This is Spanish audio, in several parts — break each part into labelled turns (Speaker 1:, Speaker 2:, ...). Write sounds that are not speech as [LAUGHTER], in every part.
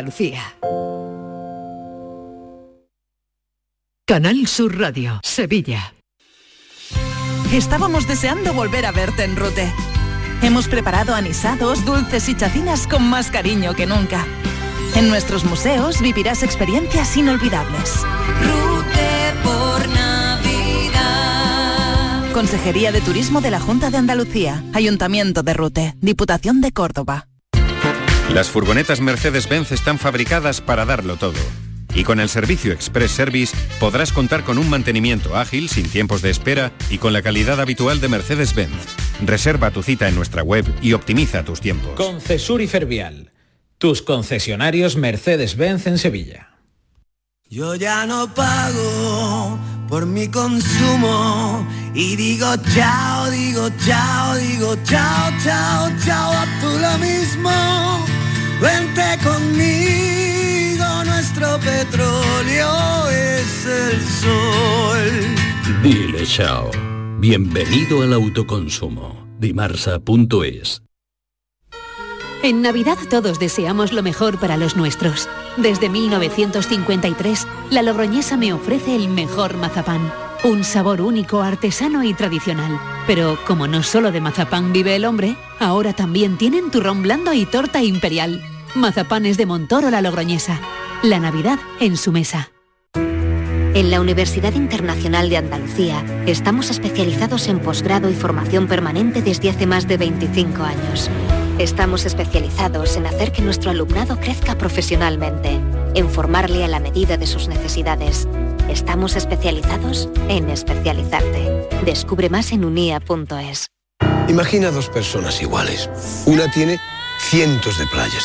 Speaker 1: Andalucía. Canal Sur Radio, Sevilla.
Speaker 2: Estábamos deseando volver a verte en Rute. Hemos preparado anisados, dulces y chacinas con más cariño que nunca. En nuestros museos vivirás experiencias inolvidables.
Speaker 3: Rute por Navidad.
Speaker 2: Consejería de Turismo de la Junta de Andalucía, Ayuntamiento de Rute, Diputación de Córdoba.
Speaker 4: Las furgonetas Mercedes-Benz están fabricadas para darlo todo. Y con el servicio Express Service podrás contar con un mantenimiento ágil, sin tiempos de espera y con la calidad habitual de Mercedes-Benz. Reserva tu cita en nuestra web y optimiza tus tiempos.
Speaker 5: Concesur y Fervial, tus concesionarios Mercedes-Benz en Sevilla.
Speaker 6: Yo ya no pago por mi consumo y digo chao, digo chao, digo chao, chao, chao, a tú lo mismo. Vente conmigo, nuestro petróleo es el sol.
Speaker 7: Dile chao. Bienvenido al autoconsumo. Dimarsa.es
Speaker 8: En Navidad todos deseamos lo mejor para los nuestros. Desde 1953, la Logroñesa me ofrece el mejor mazapán. Un sabor único, artesano y tradicional. Pero como no solo de mazapán vive el hombre, ahora también tienen turrón blando y torta imperial. Mazapanes de Montoro la Logroñesa. La Navidad en su mesa.
Speaker 9: En la Universidad Internacional de Andalucía estamos especializados en posgrado y formación permanente desde hace más de 25 años. Estamos especializados en hacer que nuestro alumnado crezca profesionalmente, en formarle a la medida de sus necesidades. Estamos especializados en especializarte. Descubre más en unia.es.
Speaker 10: Imagina dos personas iguales. Una tiene cientos de playas,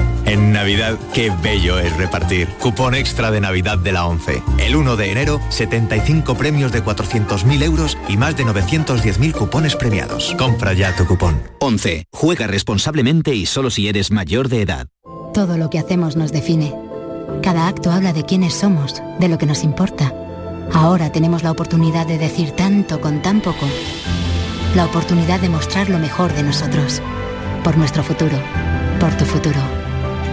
Speaker 11: En Navidad, qué bello es repartir. Cupón extra de Navidad de la 11. El 1 de enero, 75 premios de 400.000 euros y más de 910.000 cupones premiados. Compra ya tu cupón.
Speaker 12: 11. Juega responsablemente y solo si eres mayor de edad.
Speaker 13: Todo lo que hacemos nos define. Cada acto habla de quiénes somos, de lo que nos importa. Ahora tenemos la oportunidad de decir tanto con tan poco. La oportunidad de mostrar lo mejor de nosotros. Por nuestro futuro. Por tu futuro.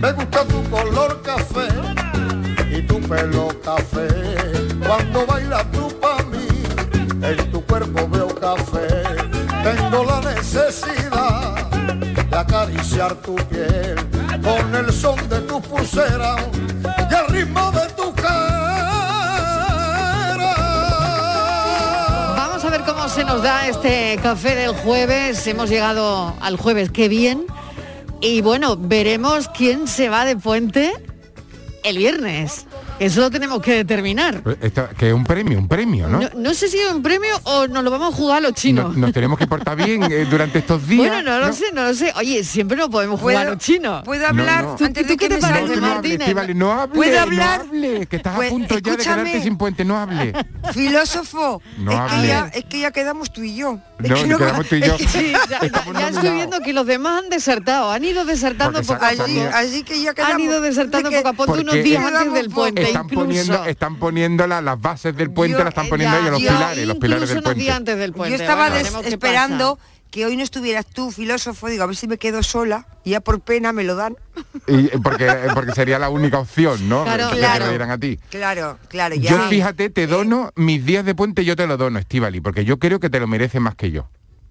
Speaker 14: Me gusta tu color café y tu pelo café. Cuando bailas tú para mí, en tu cuerpo veo café. Tengo la necesidad de acariciar tu piel con el son de tu pulsera y el ritmo de tu cara.
Speaker 15: Vamos a ver cómo se nos da este café del jueves. Hemos llegado al jueves, qué bien. Y bueno, veremos quién se va de puente el viernes. Eso lo tenemos que determinar.
Speaker 16: Esto- que es un premio, un premio, ¿no?
Speaker 15: No, no sé si es un premio o nos lo vamos a jugar a los chinos.
Speaker 16: Nos, nos tenemos que portar bien eh, durante estos días.
Speaker 15: bueno, no lo sé, no lo sé. Oye, siempre no podemos jugar a los chinos.
Speaker 16: ¿Puedo hablar No, no.
Speaker 15: ¿Tú,
Speaker 16: antes
Speaker 15: tú
Speaker 16: de
Speaker 15: qué te
Speaker 16: que me
Speaker 15: parece,
Speaker 16: salude? No, no hable,
Speaker 15: Martínez?
Speaker 16: Estíbaliz, no hable,
Speaker 15: ¿Puedo
Speaker 16: no
Speaker 15: hablar?
Speaker 16: hable, que estás
Speaker 17: Pues,
Speaker 16: a punto ya de
Speaker 17: escúchame.
Speaker 16: quedarte sin puente, no hable.
Speaker 17: Filósofo,
Speaker 16: No
Speaker 17: es, que
Speaker 16: hable.
Speaker 17: ya, es que ya quedamos tú y yo. Es
Speaker 16: No,
Speaker 17: que
Speaker 15: [LAUGHS]
Speaker 16: quedamos tú y yo.
Speaker 17: es que-
Speaker 15: Ya, ya- ya estoy viendo que los demás han desertado, han ido desertando
Speaker 16: Porque se
Speaker 15: poco
Speaker 16: ha
Speaker 15: a poco.
Speaker 16: Allí- allí
Speaker 17: que ya
Speaker 15: Han ido desertando poco a poco
Speaker 16: Porque
Speaker 15: unos días
Speaker 16: están
Speaker 15: antes del puente,
Speaker 16: Están
Speaker 15: incluso.
Speaker 16: poniendo, están poniendo la- las bases del puente, las están poniendo
Speaker 17: ya,
Speaker 16: ellos, los
Speaker 17: yo
Speaker 16: pilares, los pilares del
Speaker 15: incluso unos
Speaker 16: puente.
Speaker 15: días antes del puente.
Speaker 17: yo estaba
Speaker 15: bueno,
Speaker 17: des-
Speaker 15: veremos qué
Speaker 17: esperando que hoy no estuvieras tú, filósofo, digo, a ver si me quedo sola, y ya por pena me lo dan.
Speaker 16: Y, eh, porque, eh, porque sería la única opción, ¿no?
Speaker 17: Claro,
Speaker 16: que
Speaker 17: claro.
Speaker 16: te lo dieran a ti.
Speaker 17: Claro, claro, ya.
Speaker 16: Yo fíjate, te dono mis días de puente, yo te lo dono, Estivali, porque yo creo que te lo mereces más que yo.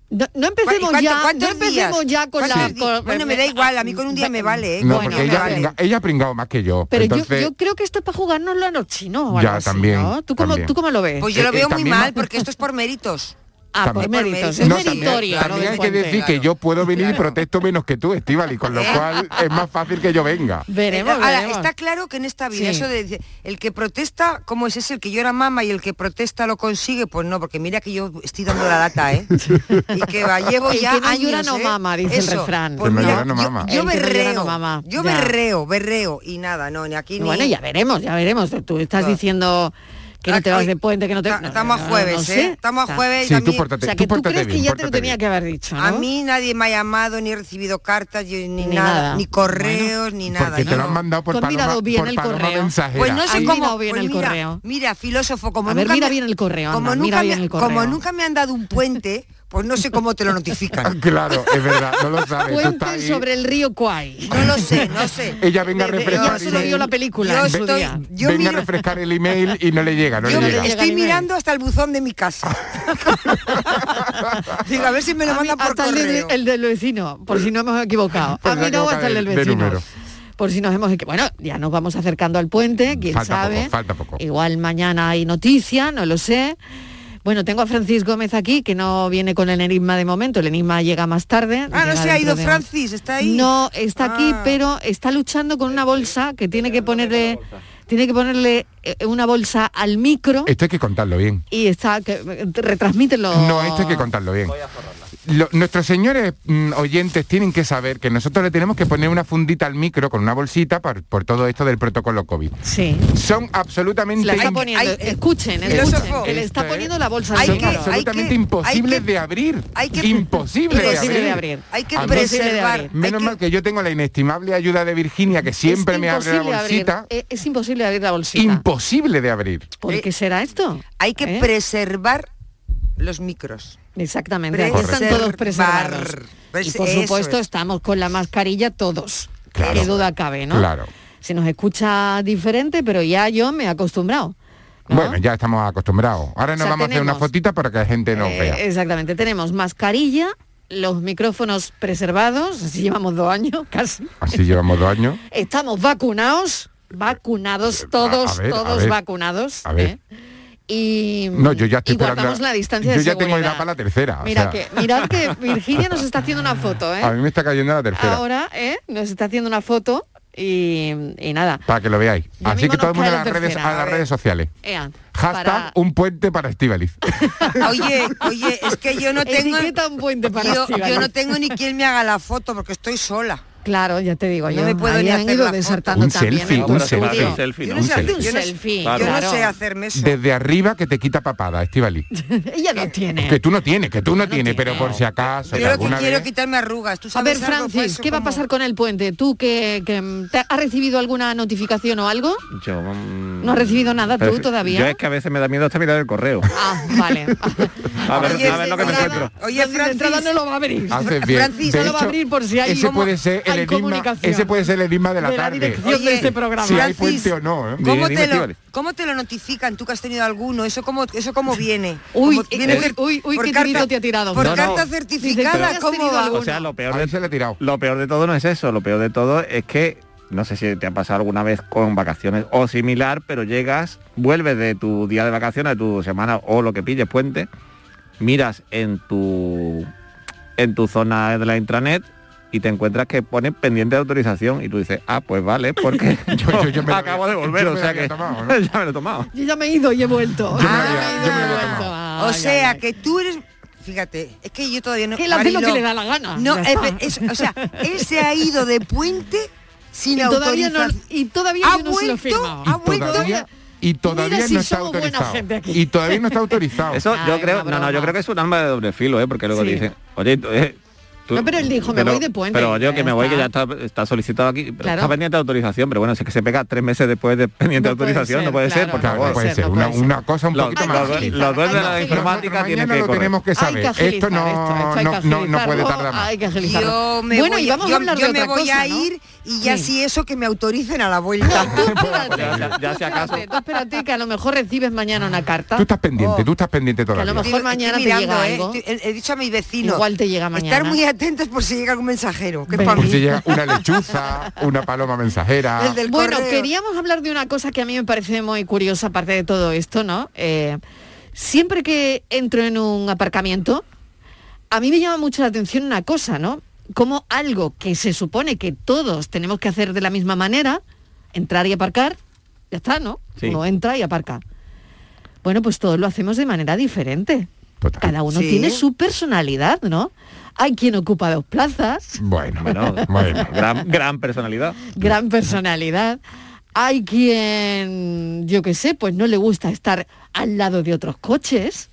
Speaker 15: No, no empecemos
Speaker 17: ¿Cuánto-
Speaker 15: ya, no
Speaker 17: cuántos
Speaker 15: empecemos
Speaker 17: días?
Speaker 15: ya con la... eh,
Speaker 17: ¿Cuántos días?
Speaker 15: con-
Speaker 17: Bueno, me da igual, a mí con un día me vale, ¿eh?
Speaker 16: No,
Speaker 17: Bueno,
Speaker 16: porque
Speaker 17: me
Speaker 16: ella,
Speaker 17: vale.
Speaker 16: pringa- ella ha pringado más que yo.
Speaker 15: Pero
Speaker 16: entonces,
Speaker 15: yo, yo creo que esto es para jugárnoslo a los chinos. o algo
Speaker 16: Ya,
Speaker 15: así,
Speaker 16: también,
Speaker 15: ¿no? ¿Tú, cómo,
Speaker 16: también.
Speaker 15: ¿Tú cómo lo ves?
Speaker 17: Pues yo lo
Speaker 16: Eh, eh,
Speaker 17: veo muy
Speaker 16: también
Speaker 17: mal,
Speaker 16: ma-
Speaker 17: porque esto es por méritos.
Speaker 15: Ah,
Speaker 17: por
Speaker 15: por méritos. Es
Speaker 16: No, también,
Speaker 15: meritorio lo
Speaker 16: también
Speaker 15: del
Speaker 16: hay que
Speaker 15: puente.
Speaker 16: decir que yo puedo venir y protesto menos que tú, Estivali,
Speaker 15: [LAUGHS]
Speaker 16: con lo cual es más fácil que yo venga.
Speaker 15: Veremos,
Speaker 17: Ahora,
Speaker 15: veremos.
Speaker 17: está claro que en esta vida
Speaker 15: Sí.
Speaker 17: eso de decir, el que protesta, ¿cómo es ese? El que llora mama y el que protesta lo consigue, pues no, porque mira que yo estoy dando la lata,
Speaker 18: [LAUGHS]
Speaker 17: ¿eh? Y que va,
Speaker 15: [LAUGHS]
Speaker 17: llevo
Speaker 15: El
Speaker 17: ya
Speaker 15: que no
Speaker 17: años,
Speaker 15: llora no
Speaker 17: ¿eh?
Speaker 15: mama, dice el
Speaker 17: Eso.
Speaker 15: refrán.
Speaker 17: Pues
Speaker 16: Que no
Speaker 17: mira,
Speaker 16: llora no
Speaker 17: yo-
Speaker 16: mama.
Speaker 17: Yo,
Speaker 15: El que no llora
Speaker 17: berreo,
Speaker 15: no mama,
Speaker 17: yo
Speaker 15: ya.
Speaker 17: berreo, berreo y nada, no, ni aquí ni
Speaker 15: Bueno, ya veremos, ya veremos. Tú estás diciendo que no te vas de puente, que no te... no, no,
Speaker 17: Ah, Estamos
Speaker 15: no,
Speaker 17: a
Speaker 15: no
Speaker 17: jueves,
Speaker 15: sé.
Speaker 17: ¿eh? Estamos a
Speaker 15: Está-
Speaker 17: jueves y
Speaker 16: Sí,
Speaker 17: a
Speaker 16: tú
Speaker 17: mí-
Speaker 16: pórtate-
Speaker 15: O sea, que tú crees que ya te lo tenía que haber dicho, ¿no?
Speaker 17: A mí nadie me ha llamado, ni he recibido cartas, yo- ni,
Speaker 15: Ni
Speaker 17: nada,
Speaker 15: nada.
Speaker 17: ni correos, ni nada.
Speaker 16: Porque te lo han mandado por
Speaker 15: Tú has
Speaker 16: paloma,
Speaker 15: mirado bien
Speaker 16: por
Speaker 15: el
Speaker 16: paloma
Speaker 15: correo.
Speaker 16: mensajera.
Speaker 17: Pues no sé
Speaker 15: Has
Speaker 17: cómo.
Speaker 15: mirado bien
Speaker 17: pues
Speaker 15: el
Speaker 17: mira,
Speaker 15: correo.
Speaker 17: Mira, filósofo, como
Speaker 15: A ver,
Speaker 17: nunca
Speaker 15: mira
Speaker 17: me-
Speaker 15: bien el correo, anda,
Speaker 17: como nunca
Speaker 15: mira
Speaker 17: me-
Speaker 15: bien el correo.
Speaker 17: Como nunca me han dado un puente, pues no sé cómo te
Speaker 16: [LAUGHS]
Speaker 17: lo notifican.
Speaker 16: Claro, es verdad, no lo sabes. tú estás
Speaker 15: Puente
Speaker 16: ahí.
Speaker 15: sobre el río Kwai.
Speaker 17: No lo sé, no sé.
Speaker 16: Ella venga a refrescar.
Speaker 15: se lo
Speaker 16: el-
Speaker 15: vio la película
Speaker 17: Yo
Speaker 15: en su
Speaker 17: estoy-
Speaker 15: día.
Speaker 17: yo
Speaker 16: venga
Speaker 17: miro-
Speaker 16: a refrescar el email y no le llega, Ah, no
Speaker 17: Yo
Speaker 16: le llega.
Speaker 17: estoy mirando hasta el buzón de mi casa.
Speaker 16: Ah.
Speaker 17: [LAUGHS] Digo, a ver si me lo
Speaker 15: A mí
Speaker 17: mandan por
Speaker 15: hasta el, de-
Speaker 17: correo.
Speaker 15: el del vecino, por si no hemos equivocado. a
Speaker 16: Pues se
Speaker 15: mí no
Speaker 16: equivoca
Speaker 15: hasta el
Speaker 16: de-
Speaker 15: del
Speaker 16: de
Speaker 15: vecino.
Speaker 16: número.
Speaker 15: por si nos hemos equivocado. Bueno, ya nos vamos acercando al puente, quién
Speaker 16: Pues, Falta
Speaker 15: sabe.
Speaker 16: poco,
Speaker 15: [LAUGHS]
Speaker 16: falta poco.
Speaker 15: Igual mañana hay noticia, no lo sé. Bueno, tengo a Francis Gómez aquí, que no viene con el enigma de momento, el enigma llega más tarde.
Speaker 17: Ah, no
Speaker 15: llega
Speaker 17: se ha
Speaker 15: dentro
Speaker 17: ido
Speaker 15: de-
Speaker 17: Francis, está ahí.
Speaker 15: No, está aquí,
Speaker 17: Ah.
Speaker 15: pero está luchando con una bolsa que tiene que ponerle, tiene que ponerle eh, una bolsa al micro
Speaker 16: Esto hay que contarlo bien.
Speaker 15: y está, que, retransmítelo.
Speaker 16: No, esto hay que contarlo bien. Lo- nuestros señores mm, oyentes tienen que saber que nosotros le tenemos que poner una fundita al micro con una bolsita por, por todo esto del protocolo COVID.
Speaker 15: Sí.
Speaker 16: Son absolutamente...
Speaker 15: La está
Speaker 16: in-
Speaker 15: poniendo,
Speaker 16: hay-
Speaker 15: escuchen,
Speaker 16: Filósofo.
Speaker 15: escuchen, que le
Speaker 16: Esto
Speaker 15: está
Speaker 16: es-
Speaker 15: poniendo la bolsa
Speaker 16: son
Speaker 15: al micro.
Speaker 16: absolutamente imposibles de abrir. imposible
Speaker 15: Imposible
Speaker 16: de abrir.
Speaker 15: de abrir. Hay que
Speaker 16: Además,
Speaker 15: preservar, hay
Speaker 16: Menos mal que yo tengo la inestimable ayuda de Virginia que siempre me abre la
Speaker 15: Imposible abrir,
Speaker 16: bolsita.
Speaker 15: eh, es imposible abrir la bolsita.
Speaker 16: Imposible de abrir.
Speaker 15: ¿Por qué será esto?
Speaker 17: Eh, Hay que preservar los micros.
Speaker 15: Exactamente, aquí están todos
Speaker 17: Preservar.
Speaker 15: preservados.
Speaker 17: Pues
Speaker 15: y por
Speaker 17: eso
Speaker 15: supuesto
Speaker 17: es.
Speaker 15: estamos con la mascarilla todos.
Speaker 17: Claro.
Speaker 15: Qué duda cabe, ¿no?
Speaker 16: Claro.
Speaker 15: Se nos escucha diferente, pero ya yo me he acostumbrado.
Speaker 16: Bueno, ya estamos acostumbrados. Ahora
Speaker 15: O
Speaker 16: nos
Speaker 15: sea,
Speaker 16: vamos a hacer una
Speaker 15: tenemos-
Speaker 16: fotita para que la gente nos
Speaker 15: Eh,
Speaker 16: vea.
Speaker 15: exactamente, tenemos mascarilla, los micrófonos preservados, así llevamos dos años [LAUGHS] casi.
Speaker 16: Así llevamos dos años.
Speaker 15: Estamos vacunados, vacunados todos,
Speaker 16: Eh, a ver, a
Speaker 15: todos
Speaker 16: ver,
Speaker 15: vacunados.
Speaker 16: a ver.
Speaker 15: ¿eh? Y,
Speaker 16: No, yo ya estoy
Speaker 15: y
Speaker 16: esperando
Speaker 15: guardamos
Speaker 16: la-
Speaker 15: la distancia
Speaker 16: yo
Speaker 15: de
Speaker 16: ya tengo
Speaker 15: seguridad.
Speaker 16: edad para la tercera, o
Speaker 15: Mira
Speaker 16: sea.
Speaker 15: que, mirad que Virginia nos está haciendo una foto, ¿eh?
Speaker 16: A mí me está cayendo la tercera.
Speaker 15: Ahora, ¿eh? Nos está haciendo una foto y, y nada.
Speaker 16: Para que lo veáis.
Speaker 15: Ya
Speaker 16: Así
Speaker 15: Ah. mismo
Speaker 16: que todo
Speaker 15: nos
Speaker 16: el mundo
Speaker 15: cae
Speaker 16: a las
Speaker 15: la
Speaker 16: redes,
Speaker 15: tercera,
Speaker 16: a
Speaker 15: a
Speaker 16: las
Speaker 15: ver.
Speaker 16: redes sociales.
Speaker 15: Ea,
Speaker 16: Hashtag un puente para Estivaliz.
Speaker 17: [LAUGHS] Oye, oye, es que
Speaker 15: [LAUGHS]
Speaker 17: yo no tengo.
Speaker 15: Etiqueta un puente para
Speaker 17: yo,
Speaker 15: Estíbaliz.
Speaker 17: yo no tengo ni quien me haga la foto porque estoy sola.
Speaker 15: Claro, ya te digo,
Speaker 17: No
Speaker 15: yo
Speaker 17: me puedo
Speaker 15: ahí
Speaker 17: ni
Speaker 15: han
Speaker 17: hacer
Speaker 15: ido
Speaker 17: la foto.
Speaker 15: desertando
Speaker 16: Un
Speaker 15: también.
Speaker 16: selfie,
Speaker 15: ¿eh?
Speaker 16: un
Speaker 15: Por
Speaker 16: selfie.
Speaker 15: supuesto.
Speaker 16: selfie,
Speaker 17: yo
Speaker 16: ¿no?
Speaker 17: no,
Speaker 16: Un
Speaker 17: sé, hacer-
Speaker 16: selfie.
Speaker 17: yo no-
Speaker 15: Selfie,
Speaker 17: yo
Speaker 15: claro. Eh.
Speaker 17: no sé hacerme eso.
Speaker 16: Desde arriba que te quita papada, Estivaliz.
Speaker 15: [LAUGHS] Ella no tiene.
Speaker 16: Que tú no tienes, que tú no tienes, pero por si acaso. que
Speaker 17: Yo lo que
Speaker 16: alguna
Speaker 17: quiero
Speaker 16: vez-
Speaker 17: es quitarme arrugas. ¿Tú
Speaker 15: A
Speaker 17: sabes
Speaker 15: ver,
Speaker 17: algo para
Speaker 15: Francis,
Speaker 17: eso?
Speaker 15: ¿qué va a pasar con el puente? ¿Tú que, que, mm, te has recibido alguna notificación o algo?
Speaker 5: Yo, mm,
Speaker 15: ¿No has recibido nada Ah, tú
Speaker 16: Eh,
Speaker 5: pero-
Speaker 15: todavía?
Speaker 5: Yo es que a veces me da miedo hasta mirar el correo.
Speaker 15: Ah, vale.
Speaker 5: A ver,
Speaker 15: Oye,
Speaker 5: a ver lo que me
Speaker 15: Fran-
Speaker 5: encuentro.
Speaker 17: [LAUGHS] Oye,
Speaker 15: De entrada
Speaker 17: Francis.
Speaker 15: no lo va a abrir.
Speaker 16: Haces bien.
Speaker 15: Francis,
Speaker 16: De
Speaker 15: no lo va a
Speaker 16: hecho,
Speaker 15: abrir por si hay
Speaker 16: ese puede ser el
Speaker 15: hay
Speaker 16: enigma,
Speaker 15: comunicación.
Speaker 16: ese puede ser el enigma de la
Speaker 15: De la
Speaker 16: tarde.
Speaker 15: dirección de Oye, este programa.
Speaker 16: Si hay
Speaker 17: Francis,
Speaker 16: puente o no, ¿eh?
Speaker 17: ¿Cómo te, lo, ¿Cómo te lo notifican? ¿Tú que has tenido alguno? ¿Eso cómo,
Speaker 15: [LAUGHS]
Speaker 17: eso cómo viene?
Speaker 15: Uy,
Speaker 17: ¿Cómo
Speaker 15: eh,
Speaker 17: viene
Speaker 15: uy,
Speaker 17: cer-
Speaker 15: uy, uy,
Speaker 17: por
Speaker 15: qué
Speaker 17: carta-
Speaker 15: tirito te ha tirado.
Speaker 17: Por
Speaker 5: No, no.
Speaker 17: carta
Speaker 15: Dice,
Speaker 17: certificada,
Speaker 15: ¿has
Speaker 17: ¿cómo
Speaker 15: tenido
Speaker 17: va?
Speaker 15: alguno?
Speaker 5: O sea, lo peor,
Speaker 16: Ahí
Speaker 5: de,
Speaker 16: se le ha tirado.
Speaker 5: lo peor de todo no es eso, lo peor de todo es que, no sé si te ha pasado alguna vez con vacaciones o similar, pero llegas, vuelves de tu día de vacaciones, de tu semana o lo que pilles, puente, miras en tu en tu zona de la intranet y te encuentras que pone pendiente de autorización y tú dices, ah, pues
Speaker 16: [LAUGHS]
Speaker 5: vale, porque yo, [LAUGHS] acabo de volver, o sea que [LAUGHS] ya me lo he tomado.
Speaker 15: Yo ya me he ido y he vuelto. Ah,
Speaker 17: o sea, que tú eres... Fíjate, es que yo todavía no...
Speaker 15: Que él hace lo que
Speaker 17: Mariló,
Speaker 15: le da la gana,
Speaker 17: No,
Speaker 15: ya está.
Speaker 17: es- es- o sea, él se ha ido de puente sin
Speaker 15: Y todavía no-
Speaker 17: autorización.
Speaker 15: y todavía
Speaker 17: ha
Speaker 15: yo no se lo he
Speaker 17: vuelto,
Speaker 15: firmado.
Speaker 17: ha vuelto...
Speaker 16: Todavía, y todavía
Speaker 17: Mira si
Speaker 16: no está
Speaker 17: somos buena
Speaker 16: autorizado.
Speaker 17: gente aquí.
Speaker 16: Y todavía no está autorizado.
Speaker 5: Eso yo creo, no, no, yo creo que es un arma de doble filo, ¿eh? porque luego
Speaker 15: Sí.
Speaker 5: dicen, oye, tú, eh, tú-
Speaker 15: No, pero él dijo, me voy de puente.
Speaker 5: Pero yo que
Speaker 15: Ya
Speaker 5: me voy, que ya
Speaker 15: está.
Speaker 5: está, está solicitado aquí, pero
Speaker 15: Claro.
Speaker 5: está pendiente de autorización, pero bueno, si es que se pega tres meses después de pendiente de autorización,
Speaker 16: ser,
Speaker 5: no puede ser,
Speaker 16: claro.
Speaker 5: por
Speaker 16: Claro, no
Speaker 5: favor.
Speaker 16: puede ser, una- una cosa un
Speaker 5: Los-
Speaker 16: poquito
Speaker 5: los-
Speaker 16: más
Speaker 5: Los,
Speaker 16: agilizada.
Speaker 5: los dueños de
Speaker 16: Hay
Speaker 5: la
Speaker 16: que
Speaker 5: informática tienen
Speaker 16: Mañana
Speaker 5: que
Speaker 16: lo
Speaker 5: correr.
Speaker 16: tenemos que
Speaker 15: Hay
Speaker 16: saber.
Speaker 15: que
Speaker 16: esto
Speaker 15: agilizar
Speaker 16: no,
Speaker 15: ¿eh? esto, esto hay
Speaker 16: no,
Speaker 15: que
Speaker 16: no- no puede
Speaker 15: agilizarlo,
Speaker 16: tardar más.
Speaker 15: Hay que agilizarlo.
Speaker 17: Yo me
Speaker 15: bueno,
Speaker 17: voy,
Speaker 15: y vamos
Speaker 17: yo,
Speaker 15: a hablar
Speaker 17: yo
Speaker 15: de
Speaker 17: me
Speaker 15: otra
Speaker 17: voy
Speaker 15: cosa,
Speaker 17: a
Speaker 15: ¿no?
Speaker 17: ir y ya
Speaker 15: Sí.
Speaker 17: si eso que me
Speaker 15: [LAUGHS]
Speaker 17: autoricen a la vuelta.
Speaker 5: Ya, ya si acaso.
Speaker 15: Espérate, tú espérate, que a lo mejor recibes mañana una carta.
Speaker 16: Tú estás pendiente, tú estás pendiente
Speaker 15: a
Speaker 16: todavía.
Speaker 15: lo mejor
Speaker 17: Estoy
Speaker 15: mañana te
Speaker 17: mirando,
Speaker 15: llega
Speaker 17: ¿eh?
Speaker 15: algo.
Speaker 17: Estoy- He, he dicho a mis vecinos.
Speaker 15: Igual te llega
Speaker 17: Estar
Speaker 15: mañana.
Speaker 17: muy atentos por si llega algún mensajero. Que es pa'
Speaker 16: Por
Speaker 17: mí.
Speaker 16: si llega una lechuza, una paloma mensajera.
Speaker 15: bueno, queríamos hablar de una cosa que a mí me parece muy curiosa, aparte de todo esto, ¿no? Eh, siempre que entro en un aparcamiento, a mí me llama mucho la atención una cosa, ¿no? Como algo que se supone que todos tenemos que hacer de la misma manera, entrar y aparcar, ya está, ¿no?
Speaker 5: Sí.
Speaker 15: Uno entra y aparca. Bueno, pues todos lo hacemos de manera diferente. Cada uno
Speaker 5: Sí.
Speaker 15: tiene su personalidad, ¿no? Hay quien ocupa dos plazas,
Speaker 16: [LAUGHS] Bueno,
Speaker 15: [LAUGHS]
Speaker 5: bueno, Gran, gran personalidad.
Speaker 15: gran personalidad. Hay quien, yo qué sé, pues no le gusta estar al lado de otros coches,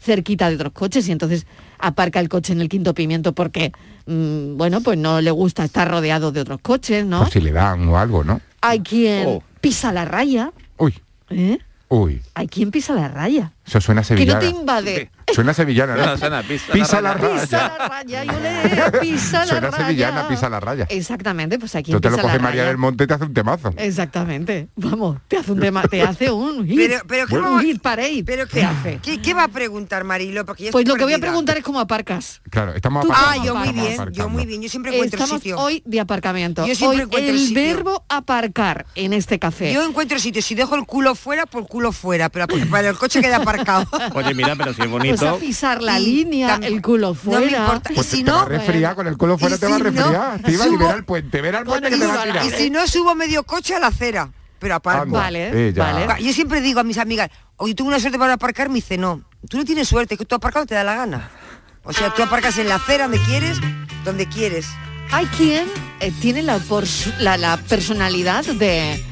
Speaker 15: cerquita de otros coches, y entonces aparca el coche en el quinto pimiento porque, mm, bueno, pues no le gusta estar rodeado de otros coches, ¿no?
Speaker 16: Por si le dan o algo, ¿no?
Speaker 15: Hay quien
Speaker 16: Oh.
Speaker 15: pisa la raya.
Speaker 16: Uy.
Speaker 15: ¿eh?
Speaker 16: Uy,
Speaker 15: Hay quien pisa la raya.
Speaker 16: eso suena
Speaker 15: Que no
Speaker 16: sevillana.
Speaker 15: te invade.
Speaker 16: Suena sevillana, ¿no?
Speaker 5: Suena, [LAUGHS] suena, pisa
Speaker 16: la
Speaker 5: la
Speaker 16: raya.
Speaker 5: raya.
Speaker 15: Raya, yo le pisa la
Speaker 16: Suena
Speaker 15: raya.
Speaker 16: sevillana, pisa la raya.
Speaker 15: Exactamente, pues aquí
Speaker 16: Tú te lo
Speaker 15: pisa la
Speaker 16: coges María
Speaker 15: raya.
Speaker 16: del Monte y te hace un temazo.
Speaker 15: Exactamente. Vamos, te hace un tema, te hace
Speaker 17: [LAUGHS]
Speaker 15: un hit.
Speaker 17: Pero, pero ¿qué
Speaker 15: un
Speaker 17: vamos-
Speaker 15: hit parade.
Speaker 17: pero ¿qué, ¿Qué, qué va a preguntar Marilo? Porque yo
Speaker 15: Pues
Speaker 17: estoy
Speaker 15: lo que voy a
Speaker 17: perdida.
Speaker 15: preguntar es cómo aparcas.
Speaker 16: Claro, estamos
Speaker 15: Tú-
Speaker 17: Ah,
Speaker 15: cómo
Speaker 17: yo muy
Speaker 15: aparcas.
Speaker 17: bien, yo muy bien. Yo siempre encuentro
Speaker 15: Estamos
Speaker 17: sitio.
Speaker 15: hoy de aparcamiento.
Speaker 17: Yo siempre
Speaker 15: Hoy
Speaker 17: encuentro
Speaker 15: el
Speaker 17: sitio.
Speaker 15: verbo aparcar en este café.
Speaker 17: Yo encuentro sitio. Si dejo el culo fuera, por culo fuera. Pero para el coche
Speaker 16: [LAUGHS]
Speaker 17: queda aparcado. [LAUGHS]
Speaker 5: Oye, mira, pero si es
Speaker 15: O sea,
Speaker 5: bonito.
Speaker 15: pisar la línea, el culo fuera.
Speaker 17: importa.
Speaker 16: Pues
Speaker 17: Y si
Speaker 16: te va a
Speaker 17: no,
Speaker 16: resfriar, con el culo fuera
Speaker 17: y
Speaker 16: te va a
Speaker 17: si no,
Speaker 16: resfriar. Te iba a
Speaker 17: subo-
Speaker 16: liberar el puente, verá el puente que te va a tirar.
Speaker 17: Y si no subo medio coche a la acera, pero aparco.
Speaker 16: Anda, Vale, eh, ya. vale.
Speaker 17: Yo siempre digo a mis amigas, oye, ¿tú una suerte para aparcar? Me dice, no, tú no tienes suerte, que tú aparcado te da la gana. O sea, tú aparcas en la acera donde quieres, donde quieres.
Speaker 15: Hay quien eh, tiene la, pors- la, la personalidad de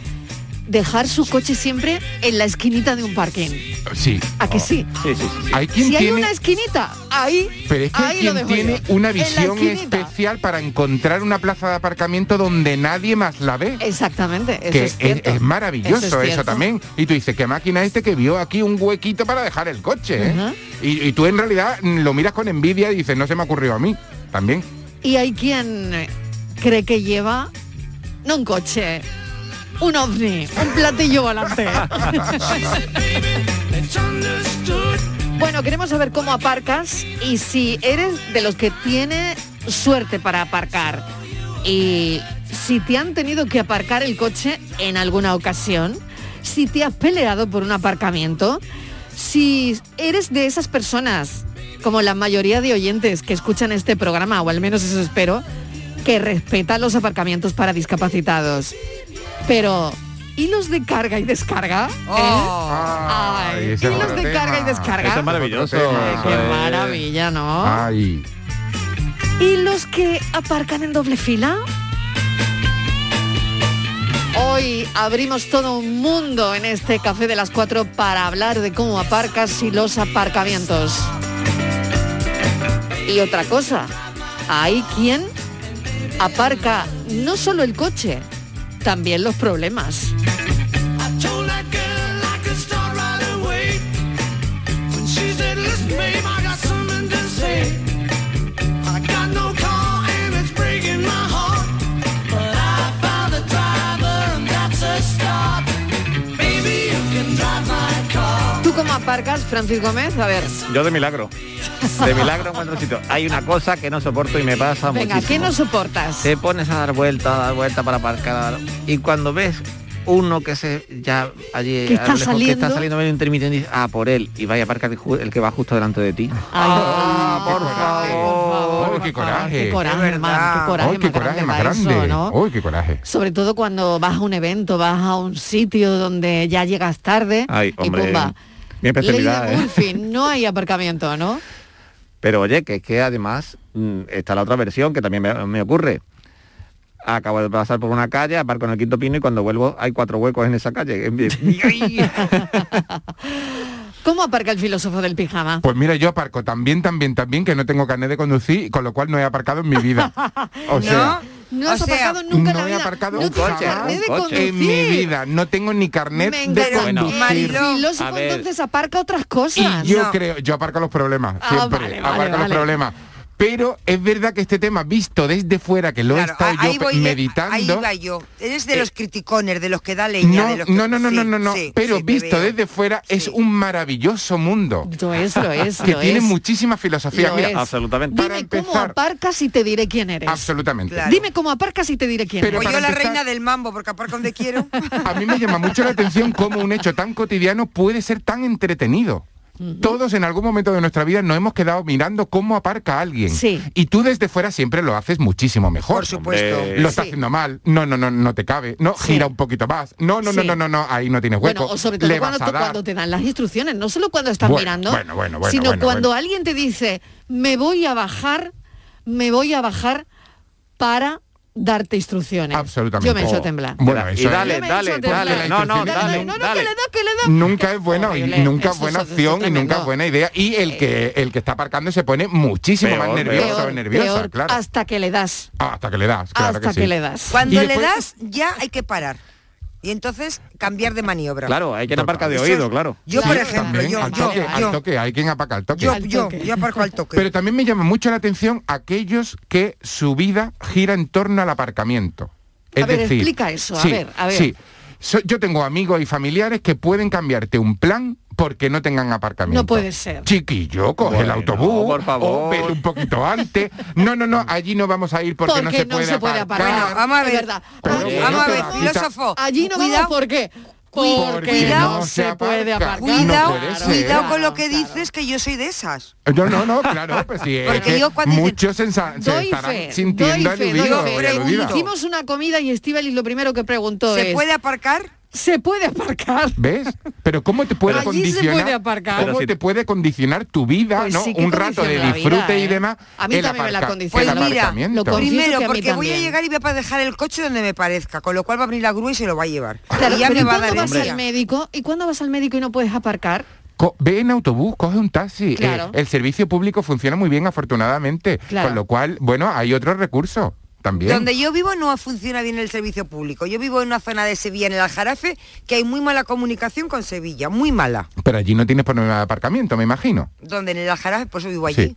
Speaker 15: dejar su coche siempre en la esquinita de un parking.
Speaker 16: Sí.
Speaker 15: ¿A que sí?
Speaker 5: Sí, sí,
Speaker 16: Hay
Speaker 15: Si
Speaker 16: quien
Speaker 15: hay
Speaker 16: tiene...
Speaker 15: una esquinita, ahí,
Speaker 16: Pero es que hay
Speaker 15: ahí lo
Speaker 16: quien
Speaker 15: dejo
Speaker 16: tiene
Speaker 15: yo.
Speaker 16: una
Speaker 15: En la
Speaker 16: visión
Speaker 15: esquinita.
Speaker 16: especial para encontrar una plaza de aparcamiento donde nadie más la ve.
Speaker 15: Exactamente, eso
Speaker 16: que
Speaker 15: es
Speaker 16: es,
Speaker 15: cierto.
Speaker 16: es maravilloso
Speaker 15: Eso
Speaker 16: eso,
Speaker 15: es cierto.
Speaker 16: también. Y tú dices, qué máquina este que vio aquí un huequito para dejar el coche. eh?". y, y tú en realidad mm, lo miras con envidia y dices, no se me ocurrió a mí. También.
Speaker 15: Y hay quien eh, cree que lleva, no un coche, un ovni, un platillo volante. bueno, queremos saber cómo aparcas y si eres de los que tiene suerte para aparcar. Y si te han tenido que aparcar el coche en alguna ocasión, si te has peleado por un aparcamiento, si eres de esas personas, como la mayoría de oyentes que escuchan este programa, o al menos eso espero, que respeta los aparcamientos para discapacitados. Pero, ¿y los de carga y descarga? ¿Eh?
Speaker 5: Oh.
Speaker 15: Ay,
Speaker 16: ese
Speaker 15: ¿Y
Speaker 16: es
Speaker 15: los
Speaker 16: otro
Speaker 15: de carga y
Speaker 16: tema.
Speaker 15: descarga?
Speaker 5: Eso es maravilloso.
Speaker 16: Ay,
Speaker 5: eso
Speaker 15: Eh, Qué
Speaker 5: es-
Speaker 15: maravilla, ¿no?
Speaker 16: Ay.
Speaker 15: ¿Y los que aparcan en doble fila? Hoy abrimos todo un mundo en este Café de las Cuatro para hablar de cómo aparcas y los aparcamientos. Y otra cosa, hay quien aparca no solo el coche, también los problemas. ¿Tú cómo aparcas, Francis Gómez? A ver,
Speaker 5: Yo de milagro. De milagro encuentro sitio. Hay una cosa que no soporto y me pasa
Speaker 15: venga,
Speaker 5: muchísimo.
Speaker 15: ¿qué no soportas?
Speaker 5: Te pones a dar vuelta, a dar vuelta para aparcar. a dar- Y cuando ves uno que se ya allí
Speaker 15: Que
Speaker 5: a
Speaker 15: está
Speaker 5: lo lejos, que está
Speaker 15: saliendo.
Speaker 5: saliendo medio intermitente y dices, ah, por él. Y vaya a aparcar ju- el que va justo delante de ti.
Speaker 15: Ay, por favor, por favor,
Speaker 16: Ay, Oh.
Speaker 15: favor,
Speaker 16: qué coraje.
Speaker 15: qué coraje, hermano, qué coraje
Speaker 16: Uy, qué
Speaker 15: más
Speaker 16: coraje
Speaker 15: grande
Speaker 16: más
Speaker 15: da eso,
Speaker 16: grande.
Speaker 15: ¿no?
Speaker 16: Uy, qué coraje.
Speaker 15: Sobre todo cuando vas a un evento, vas a un sitio donde ya llegas tarde
Speaker 5: Ay,
Speaker 15: y
Speaker 5: hombre.
Speaker 15: pumba.
Speaker 5: Mi especialidad,
Speaker 15: Ley de
Speaker 5: ¿eh?
Speaker 15: Murphy, no hay aparcamiento, ¿no?
Speaker 5: Pero oye, que es que además mm, está la otra versión que también me, me ocurre. Acabo de pasar por una calle, aparco en el quinto pino y cuando vuelvo hay cuatro huecos en esa calle. [LAUGHS]
Speaker 16: [LAUGHS]
Speaker 15: ¿Cómo aparca el filósofo del pijama?
Speaker 16: Pues mira, yo aparco también, también, también, que no tengo carnet de conducir, con lo cual no he aparcado en mi
Speaker 15: [LAUGHS]
Speaker 16: vida. O sea,
Speaker 15: No has aparcado nunca en la
Speaker 16: no he
Speaker 15: vida.
Speaker 16: aparcado
Speaker 15: no
Speaker 16: un
Speaker 15: tienes
Speaker 16: coche,
Speaker 15: carnet de conducir.
Speaker 16: en mi vida. No tengo ni carnet
Speaker 15: Venga,
Speaker 16: de conducir.
Speaker 15: el filósofo entonces aparca otras cosas.
Speaker 16: Yo creo, yo aparco los problemas,
Speaker 15: Ah,
Speaker 16: siempre,
Speaker 15: vale, vale,
Speaker 16: aparco los
Speaker 15: vale.
Speaker 16: problemas. Pero es verdad que este tema, visto desde fuera, que lo he estado
Speaker 17: ahí
Speaker 16: yo
Speaker 17: voy,
Speaker 15: eh,
Speaker 16: meditando. Eh,
Speaker 17: Ahí va yo. Eres de los criticones, de los que da leña.
Speaker 16: no,
Speaker 17: de los que-
Speaker 16: no, no, no,
Speaker 17: sí,
Speaker 16: no, no, no,
Speaker 17: sí,
Speaker 16: pero
Speaker 17: sí, me
Speaker 16: visto
Speaker 17: veo.
Speaker 16: desde fuera es un maravilloso mundo.
Speaker 15: Lo es, lo es,
Speaker 16: Que
Speaker 15: lo
Speaker 16: tiene
Speaker 15: es.
Speaker 16: muchísima filosofía.
Speaker 15: Lo
Speaker 16: Mira,
Speaker 15: es.
Speaker 5: Absolutamente.
Speaker 16: Para
Speaker 15: ¿Cómo aparcas y te diré quién eres?
Speaker 16: Absolutamente.
Speaker 15: Dime cómo aparcas y te diré quién
Speaker 16: Pero
Speaker 15: eres.
Speaker 16: para Pues yo la empezar- reina
Speaker 17: del mambo, porque aparco donde quiero.
Speaker 16: A mí me llama mucho la atención cómo un hecho tan cotidiano puede ser tan entretenido. Todos en algún momento de nuestra vida nos hemos quedado mirando cómo aparca alguien.
Speaker 19: Sí.
Speaker 16: Y tú desde fuera siempre lo haces muchísimo mejor.
Speaker 17: Por supuesto. Hombre.
Speaker 16: Lo está
Speaker 17: Sí.
Speaker 16: haciendo mal. No, no, no, no te cabe. No,
Speaker 15: Sí.
Speaker 16: gira un poquito más. No, no, no,
Speaker 15: Sí.
Speaker 16: no, no, no, ahí no tienes hueco.
Speaker 15: Bueno, o sobre todo
Speaker 16: Le
Speaker 15: cuando,
Speaker 16: vas
Speaker 15: te-
Speaker 16: a dar.
Speaker 15: cuando te dan las instrucciones, no solo cuando estás
Speaker 16: Bueno,
Speaker 15: mirando,
Speaker 16: bueno, bueno, bueno,
Speaker 15: sino
Speaker 16: bueno,
Speaker 15: cuando
Speaker 16: bueno.
Speaker 15: alguien te dice, me voy a bajar, me voy a bajar para darte instrucciones.
Speaker 16: Absolutamente.
Speaker 15: Yo me he hecho
Speaker 16: Oh.
Speaker 15: temblar.
Speaker 16: Bueno,
Speaker 5: Y
Speaker 16: eso es.
Speaker 5: dale,
Speaker 15: Yo me he
Speaker 5: dale,
Speaker 15: hecho temblar.
Speaker 5: dale. No, no,
Speaker 16: Porque la
Speaker 5: dale,
Speaker 16: intención-
Speaker 5: dale.
Speaker 16: Nunca es bueno,
Speaker 5: horrible.
Speaker 16: nunca es
Speaker 5: Eso
Speaker 16: buena
Speaker 5: es- eso es
Speaker 16: opción y nunca
Speaker 5: tremendo.
Speaker 16: es buena idea. Y el que el que está aparcando se pone muchísimo más
Speaker 5: Peor,
Speaker 16: nervioso,
Speaker 5: peor,
Speaker 16: o nerviosa,
Speaker 15: Peor,
Speaker 16: claro.
Speaker 15: Hasta que le das.
Speaker 16: Ah, hasta que le das, claro
Speaker 15: Hasta
Speaker 16: sí.
Speaker 15: que le das.
Speaker 16: Y
Speaker 17: Cuando le
Speaker 16: después-
Speaker 17: das, ya hay que parar. Y entonces cambiar de maniobra.
Speaker 5: Claro, hay quien aparca de
Speaker 16: Eso-
Speaker 5: oído, claro.
Speaker 17: Yo, por
Speaker 16: Sí,
Speaker 17: ejemplo,
Speaker 16: también,
Speaker 17: yo,
Speaker 16: al
Speaker 17: yo,
Speaker 16: toque, al
Speaker 17: yo,
Speaker 16: toque, hay quien apaga al toque.
Speaker 17: yo, yo, yo aparco al toque.
Speaker 16: Pero también me llama mucho la atención aquellos que su vida gira en torno al aparcamiento.
Speaker 15: A
Speaker 16: Es
Speaker 15: ver,
Speaker 16: decir,
Speaker 15: explica eso, a
Speaker 16: sí,
Speaker 15: ver, a ver.
Speaker 16: sí. So- yo tengo amigos y familiares que pueden cambiarte un plan porque no tengan aparcamiento.
Speaker 15: No puede ser.
Speaker 16: Chiquillo, coge el autobús, o vete un poquito antes. No, no, no, allí no vamos a ir porque, no se puede aparcar.
Speaker 17: Bueno, vamos a ver,
Speaker 16: Pero
Speaker 17: Oye,
Speaker 16: no
Speaker 17: vamos a
Speaker 16: te
Speaker 17: ver,
Speaker 16: la quita-
Speaker 17: filósofo.
Speaker 15: Allí no vamos, ¿por qué? Porque
Speaker 16: Cuidado.
Speaker 17: cuidado,
Speaker 16: no se se puede aparca. aparcar.
Speaker 17: Cuidado,
Speaker 16: No puede ser.
Speaker 17: cuidado con lo que dices, que yo soy de esas.
Speaker 16: Yo no, no, claro, pues
Speaker 15: [LAUGHS]
Speaker 16: sí. es
Speaker 17: Porque
Speaker 16: que
Speaker 17: yo cuando dicen,
Speaker 16: muchos se, ensa- se
Speaker 15: Doy
Speaker 16: estarán
Speaker 15: fe,
Speaker 16: sintiendo
Speaker 15: doy fe, doy
Speaker 16: aludidos.
Speaker 15: fe.
Speaker 16: o aludidas.
Speaker 15: Hicimos una comida y Estivali lo primero que preguntó
Speaker 17: ¿Se
Speaker 15: es,
Speaker 17: puede aparcar?
Speaker 15: ¿se puede aparcar?
Speaker 16: ¿Ves? Pero cómo te puede
Speaker 15: Allí se
Speaker 16: condicionar,
Speaker 15: puede aparcar.
Speaker 16: cómo
Speaker 15: Pero si-
Speaker 16: te puede condicionar tu vida,
Speaker 15: Pues
Speaker 16: ¿no?
Speaker 15: sí, que
Speaker 16: un rato
Speaker 15: condiciona
Speaker 16: de
Speaker 15: la vida,
Speaker 16: disfrute y
Speaker 15: ¿eh?
Speaker 16: demás.
Speaker 15: A mí
Speaker 16: el
Speaker 15: también me la
Speaker 16: aparca-
Speaker 15: condiciona.
Speaker 16: el
Speaker 17: Pues mira,
Speaker 16: aparcamiento.
Speaker 15: lo confieso
Speaker 17: Primero,
Speaker 15: que a mí
Speaker 17: porque voy a
Speaker 15: también.
Speaker 17: llegar y voy a dejar el coche donde me parezca, con lo cual va a venir la grúa y se lo va a llevar.
Speaker 15: Claro,
Speaker 17: y ya
Speaker 15: pero
Speaker 17: me
Speaker 15: ¿y
Speaker 17: va a
Speaker 15: cuándo
Speaker 17: dar
Speaker 15: vas
Speaker 17: envidia.
Speaker 15: al médico? ¿Y cuándo vas al médico y no puedes aparcar?
Speaker 16: Co- ve en autobús, coge un taxi. Eh,
Speaker 15: Claro.
Speaker 16: el servicio público funciona muy bien, afortunadamente.
Speaker 17: Claro.
Speaker 16: Con lo cual, bueno, hay otros recursos también.
Speaker 17: Donde yo vivo no funciona bien el servicio público. Yo vivo en una zona de Sevilla, en el Aljarafe, que hay muy mala comunicación con Sevilla, muy mala.
Speaker 16: Pero allí no tienes problema de aparcamiento, me imagino.
Speaker 17: Donde en el Aljarafe, por eso vivo allí.
Speaker 16: Sí.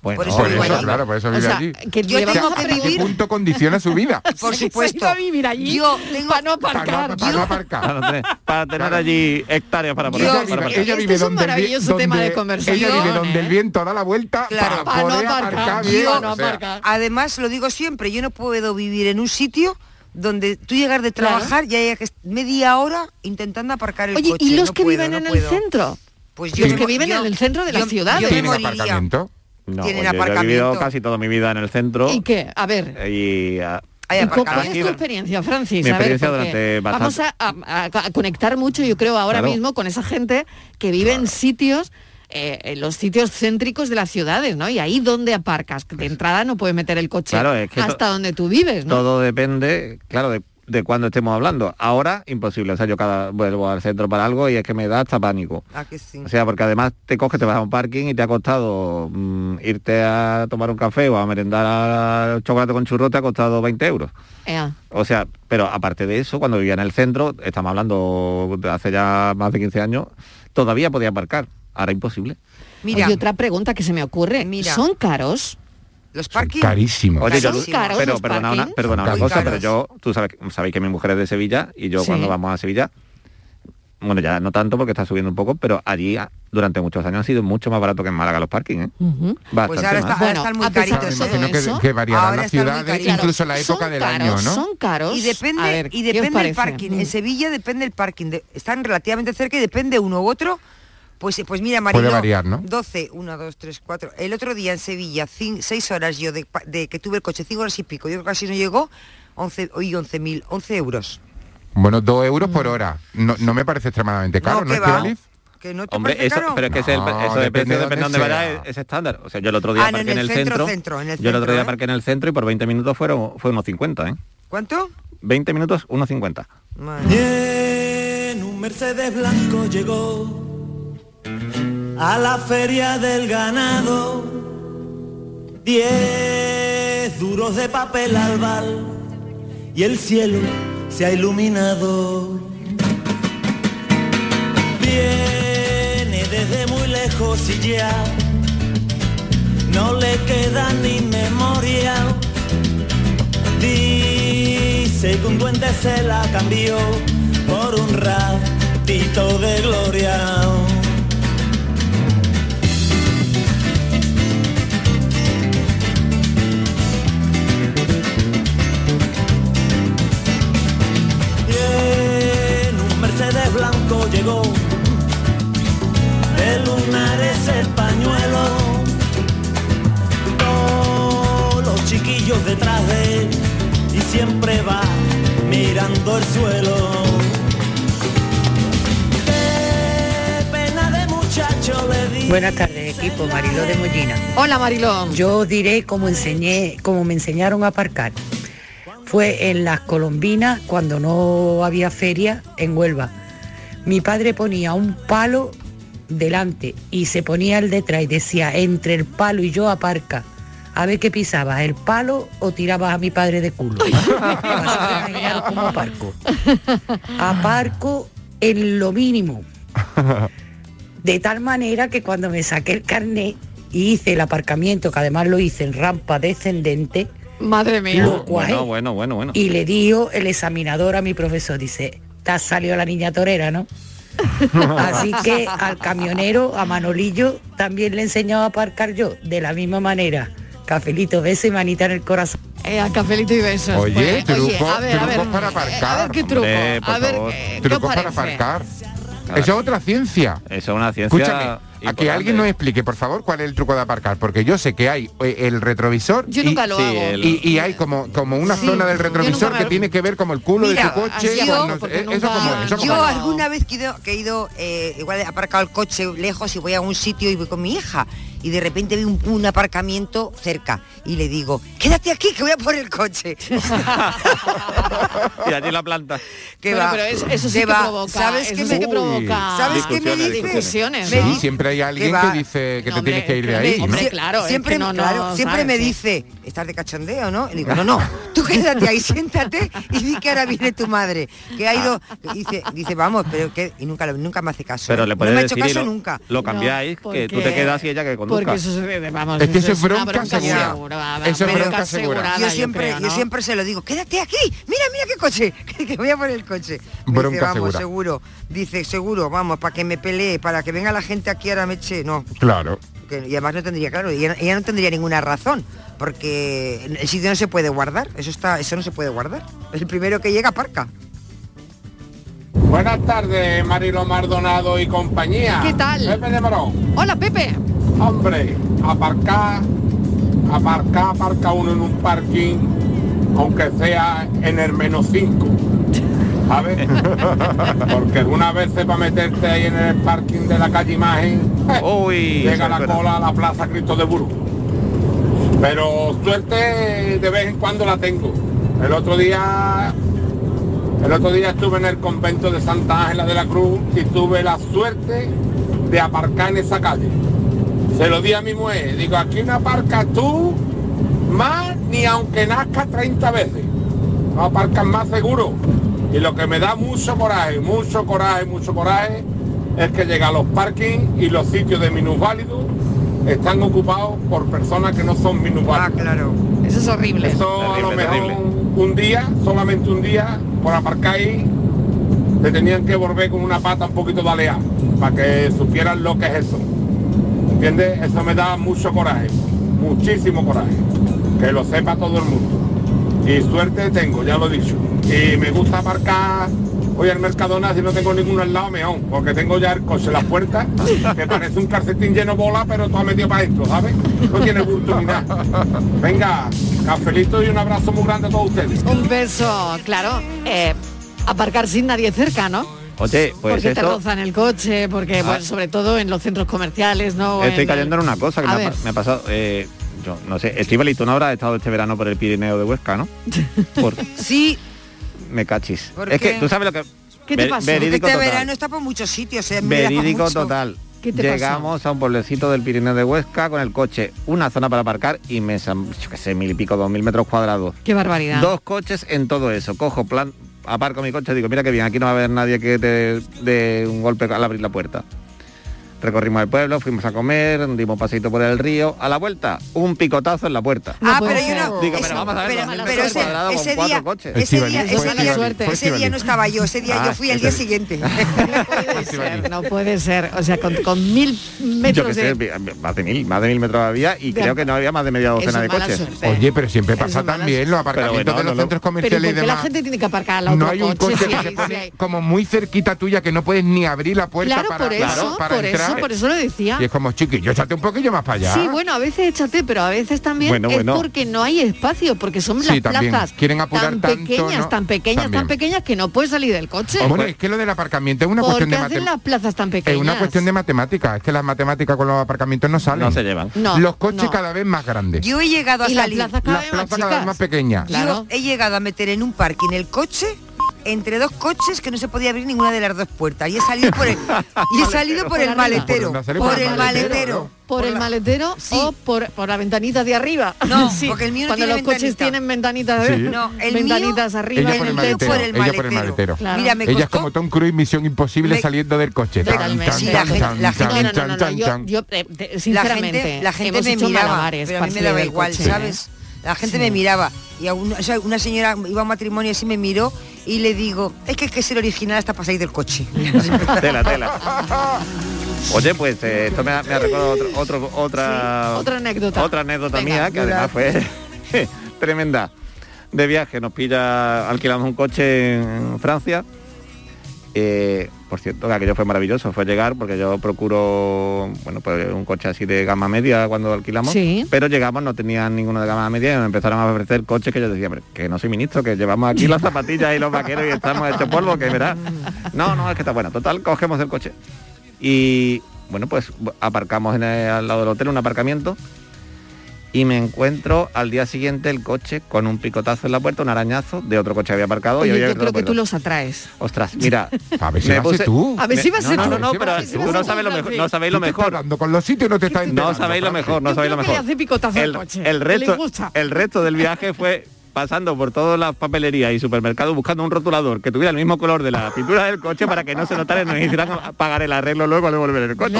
Speaker 16: Bueno, por
Speaker 17: eso
Speaker 16: eso,
Speaker 17: vivo allí.
Speaker 16: claro, por eso
Speaker 17: O
Speaker 16: vive
Speaker 17: sea,
Speaker 16: allí.
Speaker 17: que Yo llevamos tengo
Speaker 16: O sea,
Speaker 17: que
Speaker 16: ¿hasta
Speaker 17: vivir-
Speaker 16: qué punto condiciona su
Speaker 15: Ah,
Speaker 17: [LAUGHS]
Speaker 16: vida?
Speaker 17: Por supuesto. Yo tengo para no
Speaker 16: aparcar. Para no aparcar.
Speaker 5: Para tener allí hectáreas para aparcar.
Speaker 16: ella
Speaker 5: para
Speaker 16: vive,
Speaker 5: aparcar.
Speaker 16: ella vive donde, el vi- donde- ella vive donde
Speaker 17: ¿eh?
Speaker 16: el viento da la vuelta para, poder aparcar, bien.
Speaker 17: Yo-
Speaker 16: o sea,
Speaker 17: además, lo digo siempre, yo no puedo vivir en un sitio donde tú llegas de
Speaker 15: Claro.
Speaker 17: trabajar ya hay que est- media hora intentando aparcar el
Speaker 15: Oye,
Speaker 17: coche.
Speaker 15: ¿y los
Speaker 17: no
Speaker 15: que
Speaker 17: puedo,
Speaker 15: viven
Speaker 17: no
Speaker 15: en el
Speaker 17: puedo.
Speaker 15: centro?
Speaker 17: Pues
Speaker 16: yo
Speaker 15: los
Speaker 17: me-
Speaker 15: que viven
Speaker 17: yo-
Speaker 15: en el centro de
Speaker 17: yo-
Speaker 15: las ciudades.
Speaker 16: ¿Tienen aparcamiento?
Speaker 5: No,
Speaker 17: Tienen
Speaker 5: oye, yo he vivido
Speaker 17: aparcamiento.
Speaker 5: casi toda mi vida en el centro.
Speaker 15: ¿Y qué? A ver,
Speaker 5: Y, ah,
Speaker 15: ¿Y cu- ¿Cuál
Speaker 5: aquí-
Speaker 15: es tu experiencia, Francis?
Speaker 5: Mi
Speaker 15: A ver,
Speaker 5: experiencia
Speaker 15: porque
Speaker 5: durante bastante-
Speaker 15: Vamos a, a- a conectar mucho, yo creo, ahora
Speaker 5: Claro.
Speaker 15: mismo con esa gente que vive en sitios, eh, en los sitios céntricos de las ciudades, ¿no? Y ahí donde aparcas, que de entrada no puedes meter el coche
Speaker 5: Pues Claro, es que
Speaker 15: hasta donde tú vives, ¿no?
Speaker 5: Todo depende, claro, de, de cuándo estemos hablando. Ahora, imposible. O sea, yo cada vuelvo al centro para algo y es que me da hasta pánico.
Speaker 17: Ah, que sí.
Speaker 5: O sea, porque además te coges, te vas a un parking y te ha costado mm, irte a tomar un café o a merendar a chocolate con churro, te ha costado 20 euros.
Speaker 15: Ea.
Speaker 5: O sea, pero aparte de eso, cuando vivía en el centro, estamos hablando de hace ya más de 15 años, todavía podía aparcar. Ahora imposible.
Speaker 15: Mira, y otra pregunta que se me ocurre, ¿son caros?
Speaker 17: Los parkings.
Speaker 16: Carísimo.
Speaker 5: Oye, yo-
Speaker 15: Son caros
Speaker 5: pero
Speaker 15: los
Speaker 5: perdona una,
Speaker 15: parkings.
Speaker 5: perdona una
Speaker 16: Muy
Speaker 5: cosa, pero
Speaker 16: caros.
Speaker 5: yo, tú sabes, que- sabéis que mi mujer es de Sevilla y yo
Speaker 15: Sí.
Speaker 5: cuando vamos a Sevilla, bueno, ya no tanto porque está subiendo un poco, pero allí ah, durante muchos años ha sido mucho más barato que en Málaga los parkings, ¿eh? Bastante
Speaker 17: Pues ahora, está-
Speaker 5: más.
Speaker 17: ahora están muy
Speaker 15: a pesar de
Speaker 17: caritos. ¿eh?
Speaker 15: todo
Speaker 16: Imagino que-
Speaker 15: eso,
Speaker 16: que variarán
Speaker 17: ahora
Speaker 16: las
Speaker 17: están muy
Speaker 16: ciudades,
Speaker 17: caritos.
Speaker 16: incluso la época del año, ¿no?
Speaker 15: son caros.
Speaker 17: Y depende,
Speaker 15: A ver,
Speaker 17: y
Speaker 15: ¿qué os
Speaker 17: depende el
Speaker 15: parece? Mm.
Speaker 17: parking. En Sevilla depende el parking. de- están relativamente cerca y depende uno u otro. Pues, pues mira, María.
Speaker 16: Puede variar, ¿no?
Speaker 17: 12, 1, 2, 3, 4. El otro día en Sevilla, 6 horas yo de, pa- de que tuve el coche, 5 horas y pico, yo creo que casi no llegó, 11, hoy 11.000, 11 euros.
Speaker 16: Bueno, dos euros por hora. No, no me parece extremadamente caro, ¿no,
Speaker 17: Mm. que va.
Speaker 16: Estivaliz?
Speaker 17: Que no te
Speaker 5: Hombre,
Speaker 17: parece
Speaker 5: eso,
Speaker 17: caro.
Speaker 5: pero es que ese-
Speaker 16: No,
Speaker 5: eso depende,
Speaker 16: depende de
Speaker 5: depende de
Speaker 16: dónde
Speaker 5: dónde vayas,
Speaker 16: sea.
Speaker 5: es, es estándar. O sea, yo el otro día
Speaker 17: Ah, no,
Speaker 5: aparqué
Speaker 17: en
Speaker 5: en
Speaker 17: el
Speaker 5: el
Speaker 17: centro,
Speaker 5: centro.
Speaker 17: centro, en el
Speaker 5: yo el otro
Speaker 17: centro,
Speaker 5: día
Speaker 17: ¿eh?
Speaker 5: aparqué en el centro y por 20 minutos fueron fue unos 50, ¿eh?
Speaker 17: ¿Cuánto?
Speaker 5: 20 minutos, unos 50.
Speaker 6: En un Mercedes blanco llegó a la feria del ganado. Diez duros de papel al bal y el cielo se ha iluminado. Viene desde muy lejos y ya no le queda ni memoria. Dice que un duende se la cambió por un ratito de gloria. Y en un Mercedes blanco llegó, de lunares el pañuelo, todos los chiquillos detrás de él y siempre va mirando el suelo. Qué pena de muchacho le di.
Speaker 20: Buenas tardes, equipo Mariló de Mollina.
Speaker 15: Hola, Mariló.
Speaker 20: Yo diré cómo enseñé, cómo me enseñaron a aparcar. Fue en las Colombinas cuando no había feria en Huelva. Mi padre ponía un palo delante y se ponía el detrás y decía, entre el palo y yo aparca. A ver qué pisabas, el palo o tirabas a mi padre de culo. ¿Cómo aparco? Aparco en lo mínimo. De tal manera que cuando me saqué el carnet y hice el aparcamiento, que además lo hice en rampa descendente,
Speaker 15: madre mía,
Speaker 20: lo cuajé.
Speaker 5: Bueno, bueno, bueno, bueno.
Speaker 20: y le dio el examinador a mi profesor, dice, te ha salido la niña
Speaker 5: [LAUGHS]
Speaker 20: torera, ¿no? Así que al camionero, a Manolillo, también le he enseñado a aparcar yo, de la misma manera. Cafelito, beso y manita en el corazón.
Speaker 15: a Eh, cafelito y besos.
Speaker 16: Oye,
Speaker 15: Pues, oye,
Speaker 16: trucos,
Speaker 15: a ver, a ver,
Speaker 16: trucos para
Speaker 15: eh,
Speaker 16: aparcar.
Speaker 15: A ver qué truco.
Speaker 5: Hombre, por
Speaker 15: a ver,
Speaker 5: favor.
Speaker 15: eh, ¿qué os
Speaker 16: Trucos para
Speaker 15: parece?
Speaker 16: aparcar. Eso es otra ciencia.
Speaker 5: Eso es una ciencia.
Speaker 16: Escúchame, a que
Speaker 5: importante.
Speaker 16: alguien nos explique, por favor, cuál es el truco de aparcar, porque yo sé que hay eh, el retrovisor
Speaker 15: Yo
Speaker 16: y,
Speaker 15: nunca lo
Speaker 16: Sí,
Speaker 15: hago.
Speaker 16: el- y, y hay como, como una
Speaker 17: Sí,
Speaker 16: zona del
Speaker 17: yo
Speaker 16: retrovisor
Speaker 17: nunca me
Speaker 16: que
Speaker 17: lo-
Speaker 16: tiene que ver como el culo de
Speaker 17: Mira,
Speaker 16: tu coche.
Speaker 17: así
Speaker 16: con
Speaker 17: hago,
Speaker 16: no sé-
Speaker 17: porque
Speaker 16: eh, eso
Speaker 17: nunca-
Speaker 16: como es, eso como
Speaker 17: Yo
Speaker 16: es.
Speaker 17: alguna vez que he ido, que he ido, eh, igual he aparcado el coche lejos y voy a un sitio y voy con mi hija y de repente vi un, un aparcamiento cerca y le digo, quédate aquí que voy a por el coche. [LAUGHS]
Speaker 5: Y allí la planta.
Speaker 17: Que
Speaker 15: Bueno,
Speaker 17: va,
Speaker 15: pero eso- eso sí
Speaker 17: que
Speaker 15: que
Speaker 17: va.
Speaker 15: provoca,
Speaker 17: ¿Sabes
Speaker 15: eso
Speaker 17: qué
Speaker 15: sí
Speaker 17: me
Speaker 15: que provoca
Speaker 17: ¿Sabes qué me
Speaker 5: discusiones,
Speaker 17: dice?
Speaker 15: discusiones,
Speaker 17: Me
Speaker 15: ¿no?
Speaker 16: Y
Speaker 17: dice-
Speaker 16: siempre hay alguien
Speaker 17: va.
Speaker 16: que dice que te tienes que ir de ahí, ¿no?
Speaker 17: Hombre,
Speaker 15: Hombre, claro, es
Speaker 17: siempre,
Speaker 15: que no, no,
Speaker 17: claro, siempre
Speaker 15: ¿sabes?
Speaker 17: me
Speaker 15: Sí.
Speaker 17: dice, estás de cachondeo, ¿no? Y digo, no, no, tú quédate ahí, siéntate y di que ahora viene tu madre,
Speaker 5: Ah.
Speaker 17: que ha ido, dice, dice, vamos, pero que, y nunca, lo- nunca me hace caso. ¿eh?
Speaker 5: Pero le
Speaker 17: no
Speaker 5: puedes
Speaker 17: me ha hecho
Speaker 5: decir y
Speaker 17: caso
Speaker 5: lo,
Speaker 17: nunca.
Speaker 5: lo cambiáis,
Speaker 17: No,
Speaker 5: que tú te
Speaker 17: porque-
Speaker 5: quedas y ella que conduzca.
Speaker 17: porque eso
Speaker 15: es, vamos,
Speaker 16: Es que eso es bronca segura. Eso es bronca segura.
Speaker 17: Yo siempre, yo, siempre se lo digo, quédate aquí, mira, mira qué coche, [LAUGHS] que, que voy a por el coche. Me
Speaker 16: Bronca
Speaker 17: dice, vamos,
Speaker 16: segura.
Speaker 17: seguro. Dice, seguro, vamos, para que me pelee, para que venga la gente aquí ahora me eche. No,
Speaker 16: Claro.
Speaker 17: que- y además no tendría, claro, ella, ella no tendría ninguna razón, porque el sitio no se puede guardar, eso está, eso no se puede guardar. El primero que llega aparca.
Speaker 21: Buenas tardes, Marilo Mardonado y compañía.
Speaker 15: ¿Qué tal?
Speaker 21: Pepe de Morón.
Speaker 15: Hola, Pepe.
Speaker 21: Hombre, aparcar, aparcar, aparca uno en un parking, aunque sea en el menos 5.
Speaker 5: [LAUGHS]
Speaker 21: ¿Sabes? Porque algunas veces para meterte ahí en el parking de la calle Imagen,
Speaker 5: Uy,
Speaker 21: llega
Speaker 5: eso es
Speaker 21: la
Speaker 5: verdad.
Speaker 21: cola a la Plaza Cristo de Burgos. Pero suerte de vez en cuando la tengo. El otro día el otro día estuve en el convento de Santa Ángela de la Cruz y tuve la suerte de aparcar en esa calle. Se lo di a mi mujer, digo, aquí no aparcas tú más ni aunque nazca 30 veces. No aparcas más seguro. Y lo que me da mucho coraje, mucho coraje, mucho coraje, es que llega a los parkings y los sitios de minusválidos están ocupados por personas que no son minusválidas. Ah,
Speaker 17: claro.
Speaker 15: Eso es horrible.
Speaker 21: Eso a lo
Speaker 5: Terrible,
Speaker 21: mejor
Speaker 5: terrible.
Speaker 21: un, un día, solamente un día, por aparcar ahí, te tenían que volver con una pata un poquito baleada, para que supieran lo que es eso. ¿Entiendes? Eso me da mucho coraje, muchísimo coraje. Que lo sepa todo el mundo. Y suerte tengo, ya lo he dicho. Y me gusta aparcar voy al Mercadona, si no tengo ninguno al lado, mejor, porque tengo ya el coche en las puertas, que parece un calcetín lleno de bola, pero todo metido para esto, ¿sabes? No tiene bulto ni nada. Venga, cafelito y un abrazo muy grande a todos ustedes.
Speaker 15: Un beso, claro. eh, aparcar sin nadie cerca, ¿no?
Speaker 5: Oye, pues
Speaker 15: porque te
Speaker 5: esto,
Speaker 15: rozan el coche, porque
Speaker 5: Ah.
Speaker 15: bueno, sobre todo en los centros comerciales, ¿no?
Speaker 5: estoy
Speaker 15: En-
Speaker 5: cayendo en una cosa que
Speaker 15: A
Speaker 5: me ha,
Speaker 15: ver.
Speaker 5: pa- me ha pasado. eh, yo no sé, Estivali, tú no habrás estado este verano por el Pirineo de Huesca, ¿no? Por-
Speaker 17: Sí.
Speaker 5: me cachis.
Speaker 17: ¿Por
Speaker 5: Es
Speaker 17: qué?
Speaker 5: que tú sabes lo que...
Speaker 17: ¿Qué te
Speaker 5: Ver-
Speaker 17: pasó?
Speaker 5: Verídico
Speaker 17: Este
Speaker 5: total.
Speaker 17: verano está por muchos sitios. eh, me da pa'
Speaker 5: Verídico
Speaker 17: mucho.
Speaker 5: total.
Speaker 17: ¿Qué te pasó?
Speaker 5: Llegamos a un pueblecito del Pirineo de Huesca con el coche, una zona para aparcar y mesa, yo qué sé, mil y pico, dos mil metros cuadrados.
Speaker 15: Qué barbaridad.
Speaker 5: Dos coches en todo eso. Cojo plan, aparco mi coche, digo, mira que bien, aquí no va a haber nadie que te dé un golpe al abrir la puerta. Recorrimos el pueblo, fuimos a comer, dimos paseito por el río. A la vuelta, un picotazo en la puerta.
Speaker 17: Ah, pero yo no.
Speaker 5: Digo,
Speaker 17: ese-
Speaker 5: pero vamos a ver,
Speaker 17: pero-
Speaker 5: dos mil
Speaker 17: pero
Speaker 5: metros
Speaker 17: ese,
Speaker 5: cuadrados con
Speaker 17: ese
Speaker 5: cuatro
Speaker 17: día,
Speaker 5: coches.
Speaker 17: ese día,
Speaker 5: Estivaliz, fue
Speaker 17: ese día-
Speaker 5: Estivaliz, fue
Speaker 17: ese día no
Speaker 5: Estivaliz.
Speaker 17: estaba yo, ese día
Speaker 5: Ah,
Speaker 17: yo fui al día
Speaker 5: Estivaliz.
Speaker 17: siguiente.
Speaker 15: No puede ser. O sea, con, con mil
Speaker 5: Yo
Speaker 15: metros
Speaker 5: qué sé,
Speaker 15: de...
Speaker 5: más de mil, más de mil metros había y
Speaker 15: De-
Speaker 5: creo que no había más de media docena
Speaker 15: Eso
Speaker 5: de
Speaker 15: es mala
Speaker 5: coches.
Speaker 15: suerte. ¿eh?
Speaker 16: Oye, pero siempre pasa también los
Speaker 5: Pero
Speaker 16: aparcamientos
Speaker 5: bueno,
Speaker 16: de los
Speaker 5: no, no.
Speaker 16: centros
Speaker 15: Pero ¿y
Speaker 16: comerciales
Speaker 15: por
Speaker 16: y
Speaker 15: qué la
Speaker 16: demás.
Speaker 15: gente tiene que aparcar al otro
Speaker 16: No hay un coche
Speaker 15: Sí,
Speaker 16: que se
Speaker 15: sí,
Speaker 16: pone
Speaker 15: hay.
Speaker 16: como muy cerquita tuya que no puedes ni abrir la puerta
Speaker 15: Claro,
Speaker 16: para,
Speaker 15: por eso,
Speaker 16: para
Speaker 15: por
Speaker 16: entrar.
Speaker 15: eso, por eso lo decía.
Speaker 16: Y es como chiquillo, échate un poquillo más para allá.
Speaker 15: Sí, bueno, a veces échate, pero a veces también
Speaker 16: Bueno,
Speaker 15: es
Speaker 16: bueno.
Speaker 15: porque no hay espacio, porque son
Speaker 16: Sí,
Speaker 15: las
Speaker 16: también.
Speaker 15: plazas
Speaker 16: Quieren apurar
Speaker 15: tan
Speaker 16: tanto,
Speaker 15: pequeñas,
Speaker 16: ¿no?
Speaker 15: tan pequeñas, tan
Speaker 16: También.
Speaker 15: pequeñas que no puedes salir del coche.
Speaker 16: Bueno, es que lo del aparcamiento es una
Speaker 15: ¿Por
Speaker 16: cuestión
Speaker 15: qué
Speaker 16: de
Speaker 15: hacen
Speaker 16: matemáticas.
Speaker 15: las plazas tan pequeñas?
Speaker 16: Es una cuestión de matemáticas, es que las matemáticas con los aparcamientos no salen.
Speaker 5: No se llevan.
Speaker 15: No,
Speaker 16: los coches
Speaker 17: no.
Speaker 16: cada vez más grandes.
Speaker 17: Yo he llegado a
Speaker 15: Y la
Speaker 17: salir.
Speaker 15: plaza cada
Speaker 16: Las vez más plazas cada vez chicas. más pequeñas. Claro.
Speaker 17: Yo he llegado a meter en un parking el coche entre dos coches que no se podía abrir ninguna de las dos puertas. Y he salido por el, y he salido por el
Speaker 16: Por
Speaker 17: maletero. Por,
Speaker 16: donde ha salido, por
Speaker 17: el
Speaker 16: el
Speaker 17: maletero.
Speaker 15: Por el maletero o por, por la ventanita de arriba. [LAUGHS]
Speaker 17: No, porque el mío no
Speaker 15: Cuando
Speaker 17: tiene
Speaker 15: los coches
Speaker 17: ventanita.
Speaker 15: tienen ventanitas de
Speaker 16: Sí. Eh,
Speaker 17: No, el
Speaker 15: ventanitas
Speaker 17: mío-
Speaker 15: arriba.
Speaker 16: ella
Speaker 15: en
Speaker 16: por el
Speaker 15: el
Speaker 16: maletero.
Speaker 17: por el
Speaker 16: ella por el
Speaker 17: maletero.
Speaker 16: maletero.
Speaker 17: Claro. Mira, me
Speaker 16: ella es como Tom Cruise, Misión Imposible
Speaker 17: Me-
Speaker 16: saliendo del coche. Tan, tan,
Speaker 15: Totalmente.
Speaker 16: tan,
Speaker 15: Sí,
Speaker 16: tan,
Speaker 17: la gente-
Speaker 15: No, no,
Speaker 16: tan,
Speaker 15: no,
Speaker 16: tan,
Speaker 15: no,
Speaker 16: tan,
Speaker 15: yo,
Speaker 16: tan.
Speaker 15: yo, eh, de- sinceramente,
Speaker 17: la gente, la
Speaker 15: hemos
Speaker 17: gente me
Speaker 15: hecho
Speaker 17: miraba,
Speaker 15: malabares
Speaker 17: pero a mí
Speaker 15: para
Speaker 17: me daba
Speaker 15: salir del
Speaker 17: igual,
Speaker 15: coche.
Speaker 17: ¿sabes? La gente me miraba y a una, o sea, una señora iba a un matrimonio así me miró y le digo, es que es que es el original hasta para salir del coche.
Speaker 5: Tela, tela. Oye, pues eh, esto me ha, me ha recordado otro- otro- otra,
Speaker 15: otra anécdota.
Speaker 5: otra anécdota
Speaker 15: Venga.
Speaker 5: mía, que además fue [LAUGHS] tremenda. De viaje, nos pilla, alquilamos un coche en Francia. Eh, por cierto, que aquello fue maravilloso, fue llegar, porque yo procuro, bueno, pues un coche así de gama media cuando alquilamos.
Speaker 22: Sí.
Speaker 5: Pero llegamos, no tenían ninguno de gama media y nos empezaron a ofrecer coches que yo decía, "Hombre, que no soy ministro, que llevamos aquí las zapatillas y los vaqueros y estamos hechos polvo, que verás. No, no, es que está bueno. Total, cogemos el coche. Y bueno, pues aparcamos en el- al lado del hotel, un aparcamiento. Y me encuentro al día siguiente el coche con un picotazo en la puerta, un arañazo de otro coche que había aparcado. y
Speaker 15: Oye,
Speaker 5: había
Speaker 15: yo
Speaker 5: abierto la
Speaker 15: creo que tú
Speaker 5: puerta.
Speaker 15: los atraes.
Speaker 5: Ostras, [LAUGHS] mira.
Speaker 16: A ver si lo haces tú.
Speaker 15: A ver si vas
Speaker 5: no,
Speaker 15: a-
Speaker 5: no, no,
Speaker 15: a ver
Speaker 5: no,
Speaker 15: si
Speaker 5: pero
Speaker 15: vas a
Speaker 5: tú no sabes lo
Speaker 15: encontrar,
Speaker 5: mejor, no sabéis lo
Speaker 16: Tú te estás
Speaker 5: mejor.
Speaker 16: dando con los sitios y no te estás
Speaker 5: No
Speaker 16: enterando,
Speaker 5: sabéis lo
Speaker 16: Francis.
Speaker 5: mejor, no sabéis lo
Speaker 15: creo que
Speaker 5: mejor.
Speaker 15: le hace picotazo al
Speaker 5: el,
Speaker 15: coche,
Speaker 5: el
Speaker 15: que le
Speaker 5: resto,
Speaker 15: gusta.
Speaker 5: el resto del viaje fue pasando por todas las papelerías y supermercados buscando un rotulador que tuviera el mismo color de la pintura del coche para que no se notara y nos hicieran pagar el arreglo luego al devolver el coche.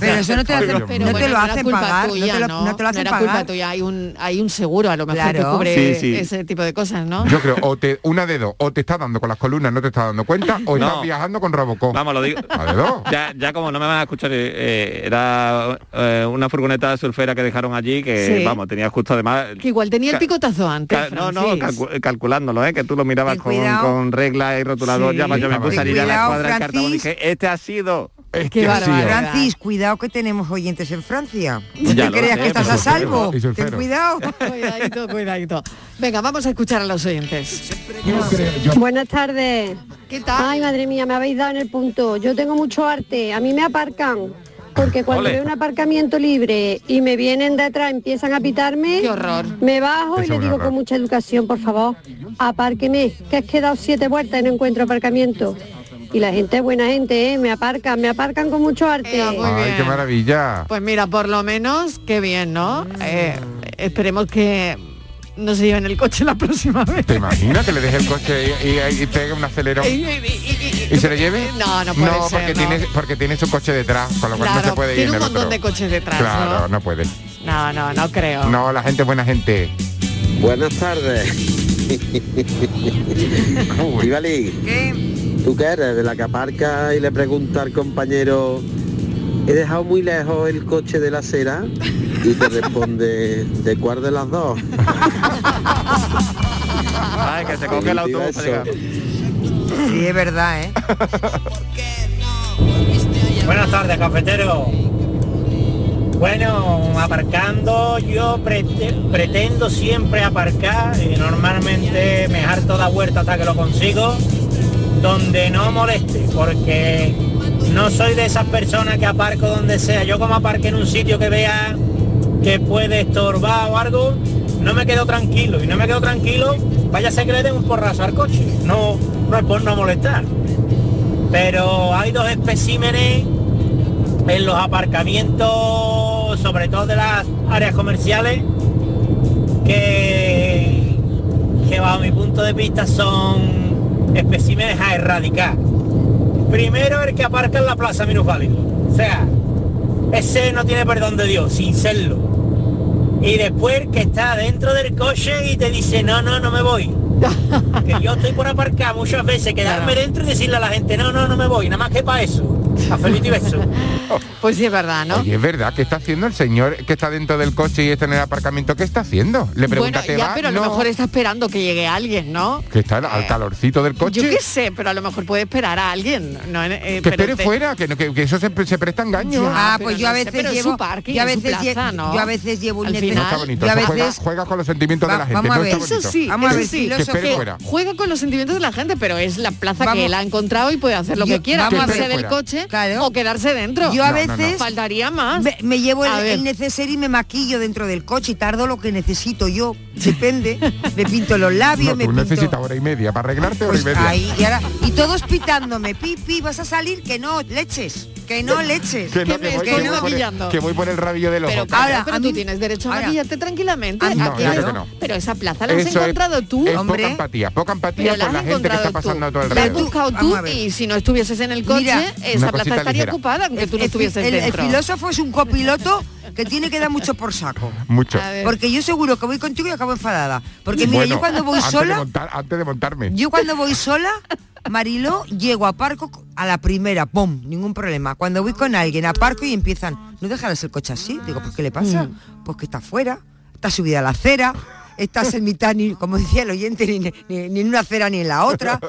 Speaker 17: Pero eso no te, hace- no te
Speaker 15: bueno,
Speaker 17: lo
Speaker 15: no era
Speaker 17: hacen
Speaker 15: culpa
Speaker 17: pagar,
Speaker 15: tuya,
Speaker 17: no te lo,
Speaker 15: ¿no?
Speaker 17: no te lo hacen
Speaker 15: era culpa
Speaker 17: pagar.
Speaker 15: tuya, hay un, hay un seguro a lo mejor que
Speaker 17: Claro.
Speaker 15: cubre
Speaker 16: Sí, sí.
Speaker 15: ese tipo de cosas, ¿no?
Speaker 16: Yo creo, o te, una de dos, o te está dando con las columnas, no te estás dando cuenta, o
Speaker 5: No.
Speaker 16: estás viajando con Robocop.
Speaker 5: [LAUGHS] Vamos, lo digo. Ya, ya como no me van a escuchar, eh, eh, era eh, una furgoneta surfera que dejaron allí que,
Speaker 15: Sí.
Speaker 5: vamos, tenía justo además...
Speaker 15: Que igual tenía el
Speaker 5: Ca-
Speaker 15: picotazo antes.
Speaker 5: Ca- Ah, no, no,
Speaker 15: Francis.
Speaker 5: calcu- calculándolo, ¿eh? que tú lo mirabas con,
Speaker 15: cuidado.
Speaker 5: con regla y rotulador.
Speaker 17: Sí.
Speaker 5: Ya, pues, yo me puse
Speaker 17: Ten
Speaker 5: allí ya la
Speaker 17: cuidado,
Speaker 5: cuadra en cartabón y
Speaker 17: Francis.
Speaker 5: dije, este ha sido.
Speaker 17: Qué Francis, cuidado que tenemos oyentes en Francia. No
Speaker 5: Ya
Speaker 17: te
Speaker 5: lo
Speaker 17: creas
Speaker 5: sé,
Speaker 17: que estás
Speaker 5: pero
Speaker 17: a salvo.
Speaker 5: surfero. Y
Speaker 17: Ten
Speaker 5: surfero.
Speaker 17: cuidado.
Speaker 15: [LAUGHS] Cuidadito, cuidadito. Venga, vamos a escuchar a los oyentes.
Speaker 20: Buenas tardes. ¿Qué tal? Ay, madre mía, me habéis dado en el punto. Yo tengo mucho arte. A mí me aparcan. Porque cuando
Speaker 18: Ole.
Speaker 20: veo un aparcamiento libre y me vienen detrás, empiezan a pitarme, me bajo
Speaker 18: Eso
Speaker 20: y le
Speaker 18: es un
Speaker 20: digo
Speaker 18: error.
Speaker 20: con mucha educación, por favor, apárqueme, que has quedado siete vueltas y no encuentro aparcamiento. Y la gente es buena gente, ¿eh? me aparcan, me aparcan con mucho arte.
Speaker 16: Ay, qué maravilla.
Speaker 15: Pues mira, por lo menos, qué bien, ¿no? Eh, esperemos que no se lleven el coche la próxima [LAUGHS] vez.
Speaker 16: ¿Te imaginas que le deje el coche y, y- y pegue un acelerón?
Speaker 15: Y-
Speaker 16: ¿Y se lo lleve?
Speaker 15: No, no puede ser,
Speaker 16: porque,
Speaker 15: no.
Speaker 16: Tiene, porque tiene su coche detrás, con lo cual no
Speaker 15: Claro,
Speaker 16: se puede ir
Speaker 15: tiene
Speaker 16: en
Speaker 15: un
Speaker 16: el
Speaker 15: montón
Speaker 16: otro.
Speaker 15: de coches detrás,
Speaker 16: Claro,
Speaker 15: ¿no?
Speaker 16: no, puede.
Speaker 15: No, no, no creo.
Speaker 16: No, la gente es buena gente.
Speaker 23: Buenas tardes. Estivali, ¿tú qué eres? De la que aparca y le pregunta al compañero, he dejado muy lejos el coche de la acera y te responde, ¿de cuál de las dos?
Speaker 5: Ay, que se coge el autobús. para llegar.
Speaker 17: Sí, es verdad, ¿eh?
Speaker 22: Buenas tardes, cafetero. Bueno, aparcando, yo prete- pretendo siempre aparcar y normalmente me harto la vuelta hasta que lo consigo, donde no moleste, porque no soy de esas personas que aparco donde sea. Yo como aparque en un sitio que vea que puede estorbar o algo, no me quedo tranquilo. Y no me quedo tranquilo, vaya a ser que le den un porrazo al coche. No, no es por no molestar. Pero hay dos especímenes en los aparcamientos, sobre todo de las áreas comerciales, que, que bajo mi punto de vista son especímenes a erradicar. Primero el que aparca en la plaza minusválido. O sea, ese no tiene perdón de Dios, sin serlo. Y después el que está dentro del coche y te dice, no, no, no me voy. que yo estoy por aparcar muchas veces, quedarme dentro y decirle a la gente, no, no, no me voy, nada más que para eso. A feliz y beso.
Speaker 15: Pues sí, es verdad, ¿no?
Speaker 16: Y es verdad, ¿qué está haciendo el señor que está dentro del coche y está en el aparcamiento? ¿Qué está haciendo? Le
Speaker 15: Bueno,
Speaker 16: pregunta, ¿te
Speaker 15: ya,
Speaker 16: vas?
Speaker 15: pero a lo Eh,
Speaker 16: No,
Speaker 15: mejor está esperando que llegue alguien, ¿no?
Speaker 16: que está al- al calorcito del coche.
Speaker 15: Yo qué sé, pero a lo mejor puede esperar a alguien. No, Eh,
Speaker 16: que
Speaker 15: pero
Speaker 16: espere
Speaker 15: te-
Speaker 16: fuera, que, no- que- que eso se, pre- se presta engaño.
Speaker 15: Ya,
Speaker 17: Ah, pues
Speaker 15: pero
Speaker 17: yo a
Speaker 15: no sé,
Speaker 17: veces
Speaker 15: pero es su
Speaker 17: llevo,
Speaker 15: parque,
Speaker 17: yo a
Speaker 15: es su
Speaker 17: veces, lle-
Speaker 15: plaza, ¿no?
Speaker 17: yo a veces llevo
Speaker 15: Al
Speaker 17: un
Speaker 15: final-
Speaker 16: No está bonito,
Speaker 17: yo a
Speaker 16: eso juega,
Speaker 17: veces-
Speaker 16: juega con los sentimientos de
Speaker 17: Va-
Speaker 16: la gente.
Speaker 17: vamos a
Speaker 16: no
Speaker 17: ver.
Speaker 16: está
Speaker 15: Eso
Speaker 16: bonito.
Speaker 15: sí,
Speaker 17: Vamos a
Speaker 15: eso
Speaker 17: ver,
Speaker 15: sí.
Speaker 16: Que espere fuera.
Speaker 15: Juega con los sentimientos de la gente, pero es la plaza
Speaker 17: Vamos-
Speaker 15: que él ha encontrado y puede hacer lo
Speaker 17: Yo-
Speaker 15: que quiera,
Speaker 17: vamos a
Speaker 15: irse
Speaker 17: ver.
Speaker 15: del coche o quedarse dentro.
Speaker 17: Yo a No, no, no. veces-
Speaker 15: faltaría más.
Speaker 17: Me, me llevo
Speaker 15: A
Speaker 17: el,
Speaker 15: ver.
Speaker 17: el neceser y me maquillo dentro del coche y tardo lo que necesito yo. Depende. Me pinto los labios,
Speaker 16: No,
Speaker 17: me
Speaker 16: tú
Speaker 17: pinto.
Speaker 16: necesitas hora y media para arreglarte hora y
Speaker 15: Pues
Speaker 16: media.
Speaker 17: Ahí, y, ahora- y todos pitándome, pipi, vas a salir, que no, leches, que no, leches.
Speaker 16: Que no, que voy, que voy por el, que voy por el rabillo del ojo.
Speaker 15: Pero, claro, pero tú tienes derecho a
Speaker 17: ahora-
Speaker 15: maquillarte tranquilamente.
Speaker 16: Ah, no,
Speaker 15: aquí
Speaker 16: yo creo
Speaker 15: no.
Speaker 16: que no.
Speaker 15: Pero esa plaza la has
Speaker 16: Eso es-
Speaker 15: encontrado tú.
Speaker 16: Es poca empatía, poca empatía
Speaker 15: Pero la
Speaker 16: con
Speaker 15: has
Speaker 16: la gente que
Speaker 15: encontrado
Speaker 16: está pasando a tu
Speaker 15: La has
Speaker 16: alrededor.
Speaker 15: buscado tú y si no estuvieses en el coche,
Speaker 17: Mira,
Speaker 15: esa
Speaker 16: Una
Speaker 15: plaza
Speaker 16: cosita
Speaker 15: estaría
Speaker 16: ligera.
Speaker 15: ocupada, aunque tú no
Speaker 17: El-
Speaker 15: estuvieses
Speaker 17: el, el
Speaker 15: dentro.
Speaker 17: filósofo es un copiloto que tiene que dar mucho por saco.
Speaker 16: Mucho.
Speaker 17: Porque yo seguro que voy contigo y acabo enfadada. Porque mira,
Speaker 16: Bueno,
Speaker 17: yo cuando voy
Speaker 16: antes de
Speaker 17: sola,
Speaker 16: montar- antes de montarme.
Speaker 17: yo cuando voy sola, Mariló, llego, aparco a la primera, ¡pum! Ningún problema. Cuando voy con alguien, aparco y empiezan, no dejarás el coche así. Digo, pues ¿qué le pasa? Pues que está afuera, está subida a la acera, estás en mitad, ni, como decía el oyente, ni, ni- ni en una acera ni en la otra,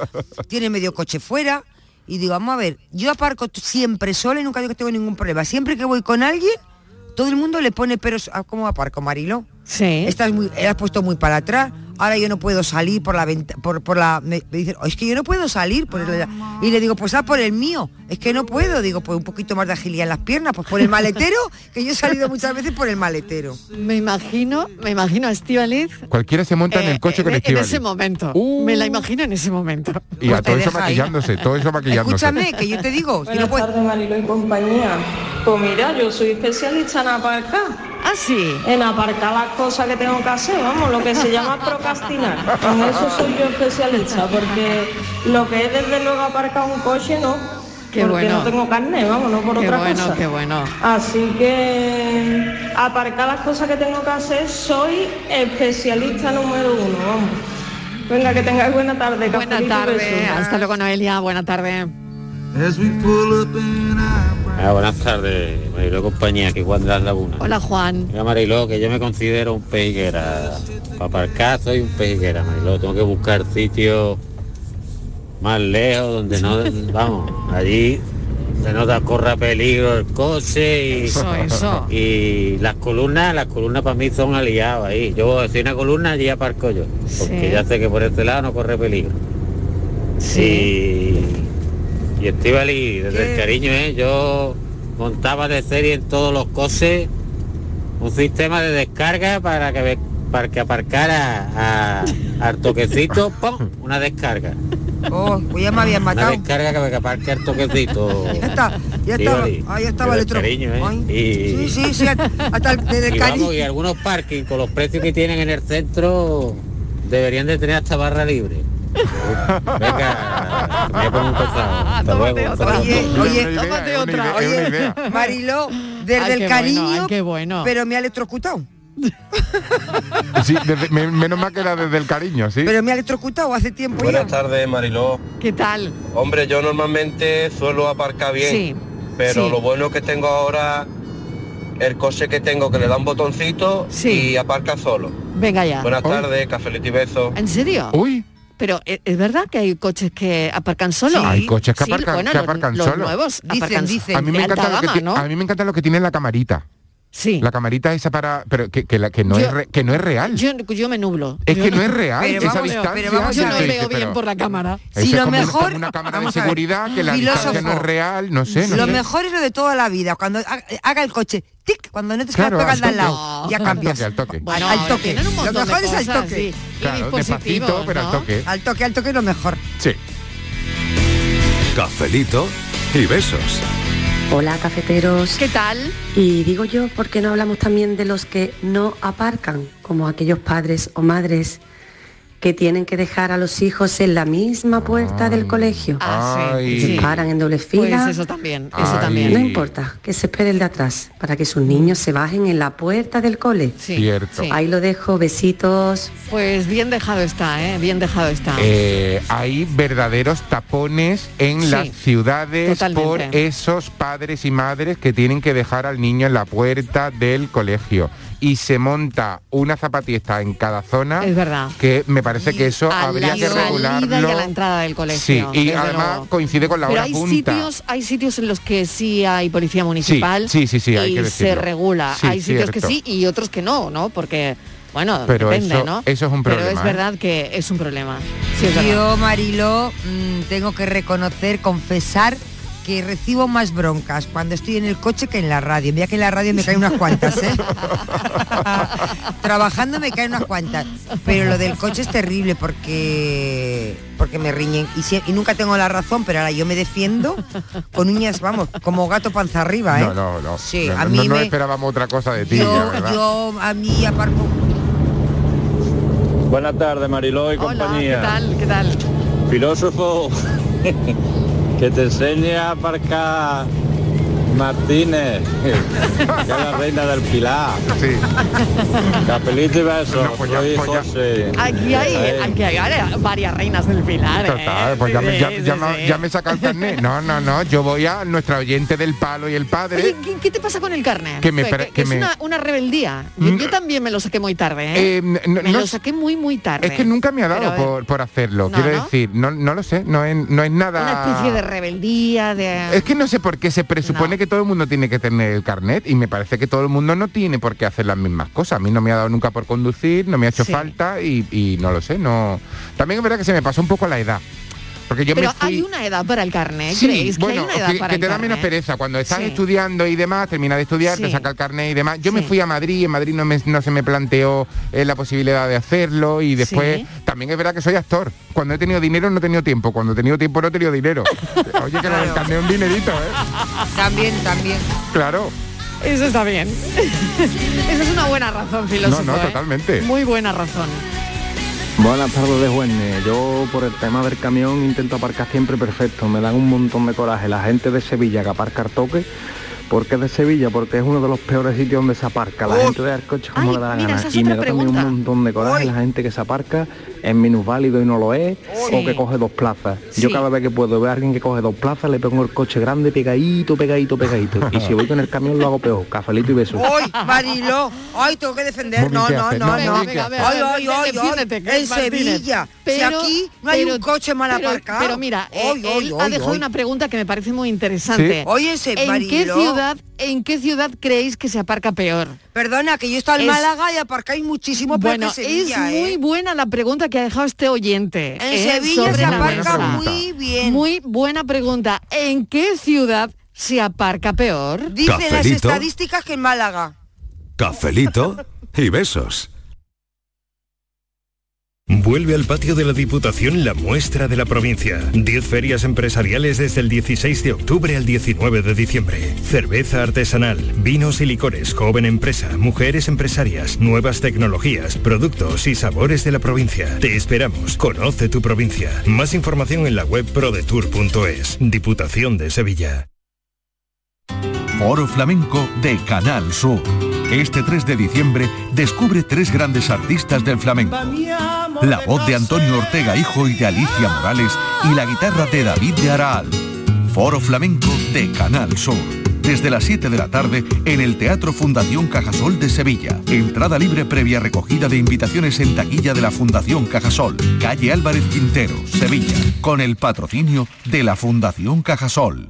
Speaker 17: tiene medio coche fuera. Y digo, vamos a ver, yo aparco t- siempre sola y nunca digo que tengo ningún problema. Siempre que voy con alguien, todo el mundo le pone peros a cómo aparco, Marilo.
Speaker 15: Sí.
Speaker 17: Estás muy, has puesto muy para atrás. Ahora yo no puedo salir por la venta, por, por la. Me, me dicen, "Oh, es que yo no puedo salir por el-". Y le digo, pues ah, por el mío. Es que no puedo. Digo, pues un poquito más de agilidad en las piernas, pues por el maletero, que yo he salido muchas veces por el maletero.
Speaker 15: Me imagino, me imagino a Estivaliz
Speaker 16: Cualquiera se monta en
Speaker 15: eh,
Speaker 16: el coche con
Speaker 15: en, en
Speaker 16: Estíbaliz.
Speaker 15: ese pues momento. Me la imagino en ese momento.
Speaker 16: Y a todo eso maquillándose, todo eso maquillándose.
Speaker 17: que yo te digo.
Speaker 18: Buenas tardes, Marilo y compañía. Pues mira, yo soy especialista en aparcar.
Speaker 15: Ah, sí.
Speaker 18: En aparcar las cosas que tengo que hacer, vamos, lo que se
Speaker 15: [LAUGHS]
Speaker 18: llama procrastinar. En eso soy yo especialista, porque lo que es desde luego aparcar un coche, no.
Speaker 15: Qué
Speaker 18: porque
Speaker 15: bueno.
Speaker 18: no tengo carnet, vamos, no por
Speaker 15: qué
Speaker 18: otra
Speaker 15: bueno,
Speaker 18: cosa.
Speaker 15: qué bueno.
Speaker 18: Así que aparcar las cosas que tengo que hacer, soy especialista número uno, vamos. Venga, que tengáis buena tarde.
Speaker 15: Buena tarde. Hasta luego, Noelia. Buena tarde.
Speaker 24: Ah, buenas tardes, Mariló y compañía, aquí Juan de las Lagunas.
Speaker 15: Hola, Juan.
Speaker 24: Mira, Mariló, que yo me considero un pejiguera. Para aparcar soy un pejiguera, Mariló. Tengo que buscar sitios más lejos, donde
Speaker 9: [LAUGHS]
Speaker 24: no... vamos, allí se nota corra peligro el coche y...
Speaker 9: Eso, eso.
Speaker 24: Y las columnas, las columnas para mí son aliados ahí. Yo estoy en una columna, allí aparco yo. Porque
Speaker 9: Sí.
Speaker 24: ya sé que por este lado no corre peligro.
Speaker 9: Sí.
Speaker 24: Y, y Estivali, desde el cariño, ¿eh? yo montaba de serie en todos los coches un sistema de descarga para que, ve- para que aparcara a- al
Speaker 17: [LAUGHS]
Speaker 24: toquecito, ¡pum! una descarga.
Speaker 17: Oh, pues ya me habían matado.
Speaker 24: Una descarga que, que aparque al toquecito.
Speaker 17: Ya está, ya [LAUGHS] estaba,
Speaker 24: Estivali,
Speaker 17: ah, ya estaba el
Speaker 24: desde
Speaker 17: otro.
Speaker 24: cariño, ¿eh?
Speaker 17: Ay.
Speaker 24: Y-
Speaker 17: Sí, sí, sí, hasta el desde el
Speaker 24: y
Speaker 17: cari-
Speaker 24: vamos, y algunos parking con los precios que tienen en el centro deberían de tener hasta barra libre. Venga, me pongo un costado. Hasta luego, hasta luego.
Speaker 17: Oye, Mariló, desde
Speaker 15: Ay,
Speaker 17: el
Speaker 15: qué
Speaker 17: cariño,
Speaker 15: bueno, ay, qué bueno.
Speaker 17: pero me ha electrocutado.
Speaker 16: Sí, desde- me- menos mal que era desde el cariño, ¿sí?
Speaker 17: Pero me ha electrocutado hace tiempo ya.
Speaker 25: Buenas tardes, Mariló.
Speaker 15: ¿Qué tal?
Speaker 25: Hombre, yo normalmente suelo aparcar bien, pero
Speaker 15: sí.
Speaker 25: lo bueno que tengo ahora, el coche que tengo que le da un botoncito y aparca solo.
Speaker 15: Venga ya.
Speaker 25: Buenas tardes, cafelito y beso.
Speaker 15: ¿En serio?
Speaker 16: Uy.
Speaker 15: Pero ¿e- es verdad que hay coches que aparcan solo.
Speaker 16: Hay coches que
Speaker 15: Sí,
Speaker 16: aparcan,
Speaker 15: bueno,
Speaker 16: que
Speaker 15: los-
Speaker 16: aparcan
Speaker 15: los,
Speaker 16: solos.
Speaker 15: nuevos aparcan
Speaker 16: A mí, me
Speaker 15: de alta
Speaker 16: encanta lo que
Speaker 15: gama,
Speaker 16: ti-
Speaker 15: ¿no?
Speaker 16: a mí me encanta lo que tiene la camarita.
Speaker 15: Sí.
Speaker 16: La camarita esa para. Pero que, que la- que no,
Speaker 15: Yo-
Speaker 16: es re- que no es real.
Speaker 15: Yo, yo me nublo.
Speaker 16: Es
Speaker 15: Yo
Speaker 16: que no es real, Pero esa vamos- distancia pero vamos a
Speaker 15: yo no
Speaker 16: ver.
Speaker 15: veo
Speaker 16: Pero-
Speaker 15: bien por la cámara.
Speaker 16: Eso es como una- como una cámara de
Speaker 17: vamos a ver,
Speaker 16: seguridad que la
Speaker 17: filósofo.
Speaker 16: distancia no es real, no sé, no
Speaker 17: lo
Speaker 16: sé.
Speaker 17: mejor es lo de toda la vida, cuando ha- eh, haga el coche, tic, cuando no te
Speaker 16: Claro,
Speaker 17: pegas
Speaker 16: al
Speaker 17: al lado,
Speaker 16: toque.
Speaker 17: ya
Speaker 16: Al
Speaker 17: cambias.
Speaker 16: toque, al toque.
Speaker 17: Bueno, al toque. Lo
Speaker 15: montón de
Speaker 17: mejor es al
Speaker 15: cosas,
Speaker 17: toque.
Speaker 15: sí. Y Claro, dispositivos,
Speaker 16: despacito, pero al ¿no? toque.
Speaker 17: Al toque, al toque es lo mejor.
Speaker 16: Sí.
Speaker 4: Cafelito y besos.
Speaker 9: Hola, cafeteros.
Speaker 15: ¿Qué tal?
Speaker 9: Y digo yo, ¿por qué no hablamos también de los que no aparcan, como aquellos padres o madres que tienen que dejar a los hijos en la misma puerta del colegio?
Speaker 15: Ah, sí,
Speaker 9: Y
Speaker 15: sí.
Speaker 9: se paran en doble
Speaker 15: Pues
Speaker 9: fila.
Speaker 15: eso también, eso también.
Speaker 9: No importa, que se espere el de atrás, para que sus niños se bajen en la puerta del cole.
Speaker 16: Cierto. sí.
Speaker 9: Ahí lo dejo, besitos.
Speaker 15: Pues bien dejado está, ¿eh? Bien dejado está.
Speaker 16: Eh, hay verdaderos tapones en
Speaker 15: Sí,
Speaker 16: las ciudades por
Speaker 15: totalmente.
Speaker 16: esos padres y madres que tienen que dejar al niño en la puerta del colegio. Y se monta una zapatista en cada zona.
Speaker 15: Es verdad.
Speaker 16: Que me parece que eso
Speaker 15: a
Speaker 16: habría
Speaker 15: la
Speaker 16: que
Speaker 15: salida y
Speaker 16: regularlo.
Speaker 15: a la entrada del colegio.
Speaker 16: sí, y
Speaker 15: desde
Speaker 16: además
Speaker 15: luego.
Speaker 16: coincide con la
Speaker 15: Pero
Speaker 16: hora
Speaker 15: hay
Speaker 16: punta.
Speaker 15: sitios, hay sitios en los que sí hay policía municipal
Speaker 16: sí, sí, sí, hay
Speaker 15: y
Speaker 16: que
Speaker 15: se
Speaker 16: decirlo.
Speaker 15: regula.
Speaker 16: Sí,
Speaker 15: hay sitios que
Speaker 16: cierto.
Speaker 15: sí y otros que no, ¿no? Porque, bueno,
Speaker 16: Pero
Speaker 15: depende,
Speaker 16: eso-
Speaker 15: ¿no?
Speaker 16: eso es un
Speaker 15: Pero
Speaker 16: problema,
Speaker 15: es
Speaker 16: ¿eh?
Speaker 15: verdad que es un problema. Sí, es verdad.
Speaker 17: Yo, Marilo, mm, tengo que reconocer, confesar que recibo más broncas cuando estoy en el coche que en la radio. Mira que en la radio me caen unas cuantas, ¿eh? Trabajando me caen unas cuantas. Pero lo del coche es terrible porque porque me riñen. Y, si- y nunca tengo la razón, pero ahora yo me defiendo con uñas, vamos, como gato panza arriba, ¿eh?
Speaker 16: No, no, no.
Speaker 17: Sí,
Speaker 16: no,
Speaker 17: a
Speaker 16: no,
Speaker 17: mí
Speaker 16: no
Speaker 17: me-
Speaker 16: esperábamos otra cosa de ti, ya,
Speaker 17: Yo,
Speaker 16: ¿verdad?
Speaker 17: yo a mí aparco
Speaker 10: Buenas tardes, Mariló y compañía.
Speaker 15: ¿Qué tal?
Speaker 10: Filósofo, que te enseñe a aparcar [LAUGHS] Martínez, que es la reina del Pilar.
Speaker 16: Sí.
Speaker 10: Capelito y besos.
Speaker 5: pues
Speaker 10: Soy José.
Speaker 15: [LAUGHS]
Speaker 17: Ah,
Speaker 15: Aquí hay, aquí hay varias- varias reinas del Pilar, ¿eh?
Speaker 16: Total, pues ya, me- ya-
Speaker 15: Sí,
Speaker 16: ya
Speaker 15: sí,
Speaker 16: me-
Speaker 15: sí.
Speaker 16: ya me saca el carnet. No, no, no, yo voy a nuestra oyente del palo y el padre.
Speaker 15: Oye, ¿qué, qué te pasa con el carnet?
Speaker 16: Que me
Speaker 15: Que-
Speaker 16: pre-
Speaker 15: que
Speaker 16: que
Speaker 15: es
Speaker 16: me-
Speaker 15: una, una rebeldía. Yo,
Speaker 16: Mm.
Speaker 15: yo también me lo saqué muy tarde, ¿eh?
Speaker 16: Eh, no-
Speaker 15: me
Speaker 16: no
Speaker 15: lo
Speaker 16: sé.
Speaker 15: saqué muy, muy tarde.
Speaker 16: Es que nunca me ha dado
Speaker 15: Pero, eh,
Speaker 16: por, por hacerlo,
Speaker 15: No,
Speaker 16: quiero
Speaker 15: ¿no?
Speaker 16: decir, no, no lo sé, no es, no es nada...
Speaker 15: Una especie de rebeldía, de...
Speaker 16: Es que no sé por qué se presupone que todo el mundo tiene que tener el carnet y me parece que todo el mundo no tiene por qué hacer las mismas cosas. A mí no me ha dado nunca por conducir, no me ha hecho
Speaker 15: Sí.
Speaker 16: falta y, y no lo sé, no. También es verdad que se me pasó un poco la edad. Porque yo
Speaker 15: Pero
Speaker 16: me fui...
Speaker 15: hay una edad para el carnet,
Speaker 16: Sí,
Speaker 15: ¿Eh? ¿creéis?
Speaker 16: bueno,
Speaker 15: que hay una edad
Speaker 16: que,
Speaker 15: para
Speaker 16: que
Speaker 15: el
Speaker 16: te da
Speaker 15: carnet?
Speaker 16: menos pereza cuando estás
Speaker 15: Sí.
Speaker 16: estudiando y demás, terminas de estudiar, te
Speaker 15: Sí.
Speaker 16: saca el carnet y demás. Yo me fui a Madrid, en Madrid no, me- no se me planteó eh, la posibilidad de hacerlo y después
Speaker 15: Sí.
Speaker 16: también es verdad que soy actor. Cuando he tenido dinero no he tenido tiempo, cuando he tenido tiempo no he
Speaker 15: [LAUGHS]
Speaker 16: tenido dinero. Oye, que no del carnet es un dinerito, ¿eh?
Speaker 17: también, también.
Speaker 16: Claro.
Speaker 15: Eso está bien. [LAUGHS] Esa es una buena razón, filósofo.
Speaker 26: No, no,
Speaker 15: ¿eh?
Speaker 26: totalmente.
Speaker 15: Muy buena razón.
Speaker 26: Buenas tardes de Jueves. Yo por el tema del camión intento aparcar siempre perfecto. Me dan un montón de coraje la gente de Sevilla que aparca al toque. ¿Por qué es de Sevilla? Porque es uno de los peores sitios donde se aparca. La gente de Arcoche como le da la
Speaker 27: mira,
Speaker 26: gana.
Speaker 27: esa es
Speaker 26: Y me
Speaker 27: otra
Speaker 26: da también un
Speaker 27: pregunta.
Speaker 26: montón de coraje la gente que se aparca en minusválido y no lo es,
Speaker 27: Sí.
Speaker 26: o que coge dos plazas. Yo
Speaker 27: Sí.
Speaker 26: cada vez que puedo ver a alguien que coge dos plazas, le pongo el coche grande, pegadito, pegadito,
Speaker 27: [LAUGHS]
Speaker 26: pegadito. y si voy con el camión lo hago peor. Cafelito y besos.
Speaker 17: ¡Hoy, Marilo! ¡Hoy tengo que defender!
Speaker 26: Muy
Speaker 17: No,
Speaker 26: bien
Speaker 17: no,
Speaker 26: que
Speaker 17: no,
Speaker 26: haces,
Speaker 17: no.
Speaker 26: muy bien que haces.
Speaker 17: ¡Hoy, hoy, hoy,
Speaker 15: Defiéndete,
Speaker 17: hoy!
Speaker 15: que
Speaker 17: En
Speaker 15: es Martínez.
Speaker 17: Sevilla. si aquí no hay
Speaker 15: pero-
Speaker 17: un coche mal
Speaker 15: pero-
Speaker 17: aparcado.
Speaker 15: Pero mira, eh,
Speaker 17: Hoy, hoy,
Speaker 15: él ha
Speaker 17: hoy,
Speaker 15: dejado
Speaker 17: hoy.
Speaker 15: una pregunta que me parece muy interesante.
Speaker 17: Sí. Oye, ese
Speaker 15: ¿En qué
Speaker 17: Mariló.
Speaker 15: ciudad, en qué ciudad creéis que se aparca peor?
Speaker 17: Perdona, que yo he estado en
Speaker 15: Es-
Speaker 17: Málaga y aparcáis muchísimo peor
Speaker 15: Bueno,
Speaker 17: que en Sevilla,
Speaker 15: es muy
Speaker 17: ¿eh?
Speaker 15: buena la pregunta que ha dejado este oyente.
Speaker 17: En Sevilla
Speaker 15: sobre
Speaker 17: se
Speaker 15: la
Speaker 17: aparca
Speaker 15: mesa.
Speaker 17: muy bien.
Speaker 15: Muy buena pregunta. ¿En qué ciudad se aparca peor?
Speaker 17: Dicen las
Speaker 4: Cafelito.
Speaker 17: estadísticas que en Málaga.
Speaker 4: Cafelito y besos. Vuelve al patio de la Diputación la muestra de la provincia. 10 ferias empresariales desde el 16 de octubre al 19 de diciembre. Cerveza artesanal, vinos y licores, joven empresa, mujeres empresarias, nuevas tecnologías, productos y sabores de la provincia. Te esperamos. Conoce tu provincia. Más información en la web prodetour.es. Diputación de Sevilla.
Speaker 28: Foro Flamenco de Canal Sur. Este 3 de diciembre descubre tres grandes artistas del flamenco. La voz de Antonio Ortega Hijo y de Alicia Morales y la guitarra de David de Araal. Foro Flamenco de Canal Sur. desde las 7 de la tarde en el Teatro Fundación Cajasol de Sevilla. Entrada libre previa recogida de invitaciones en taquilla de la Fundación Cajasol, calle Álvarez Quintero, Sevilla, con el patrocinio de la Fundación Cajasol.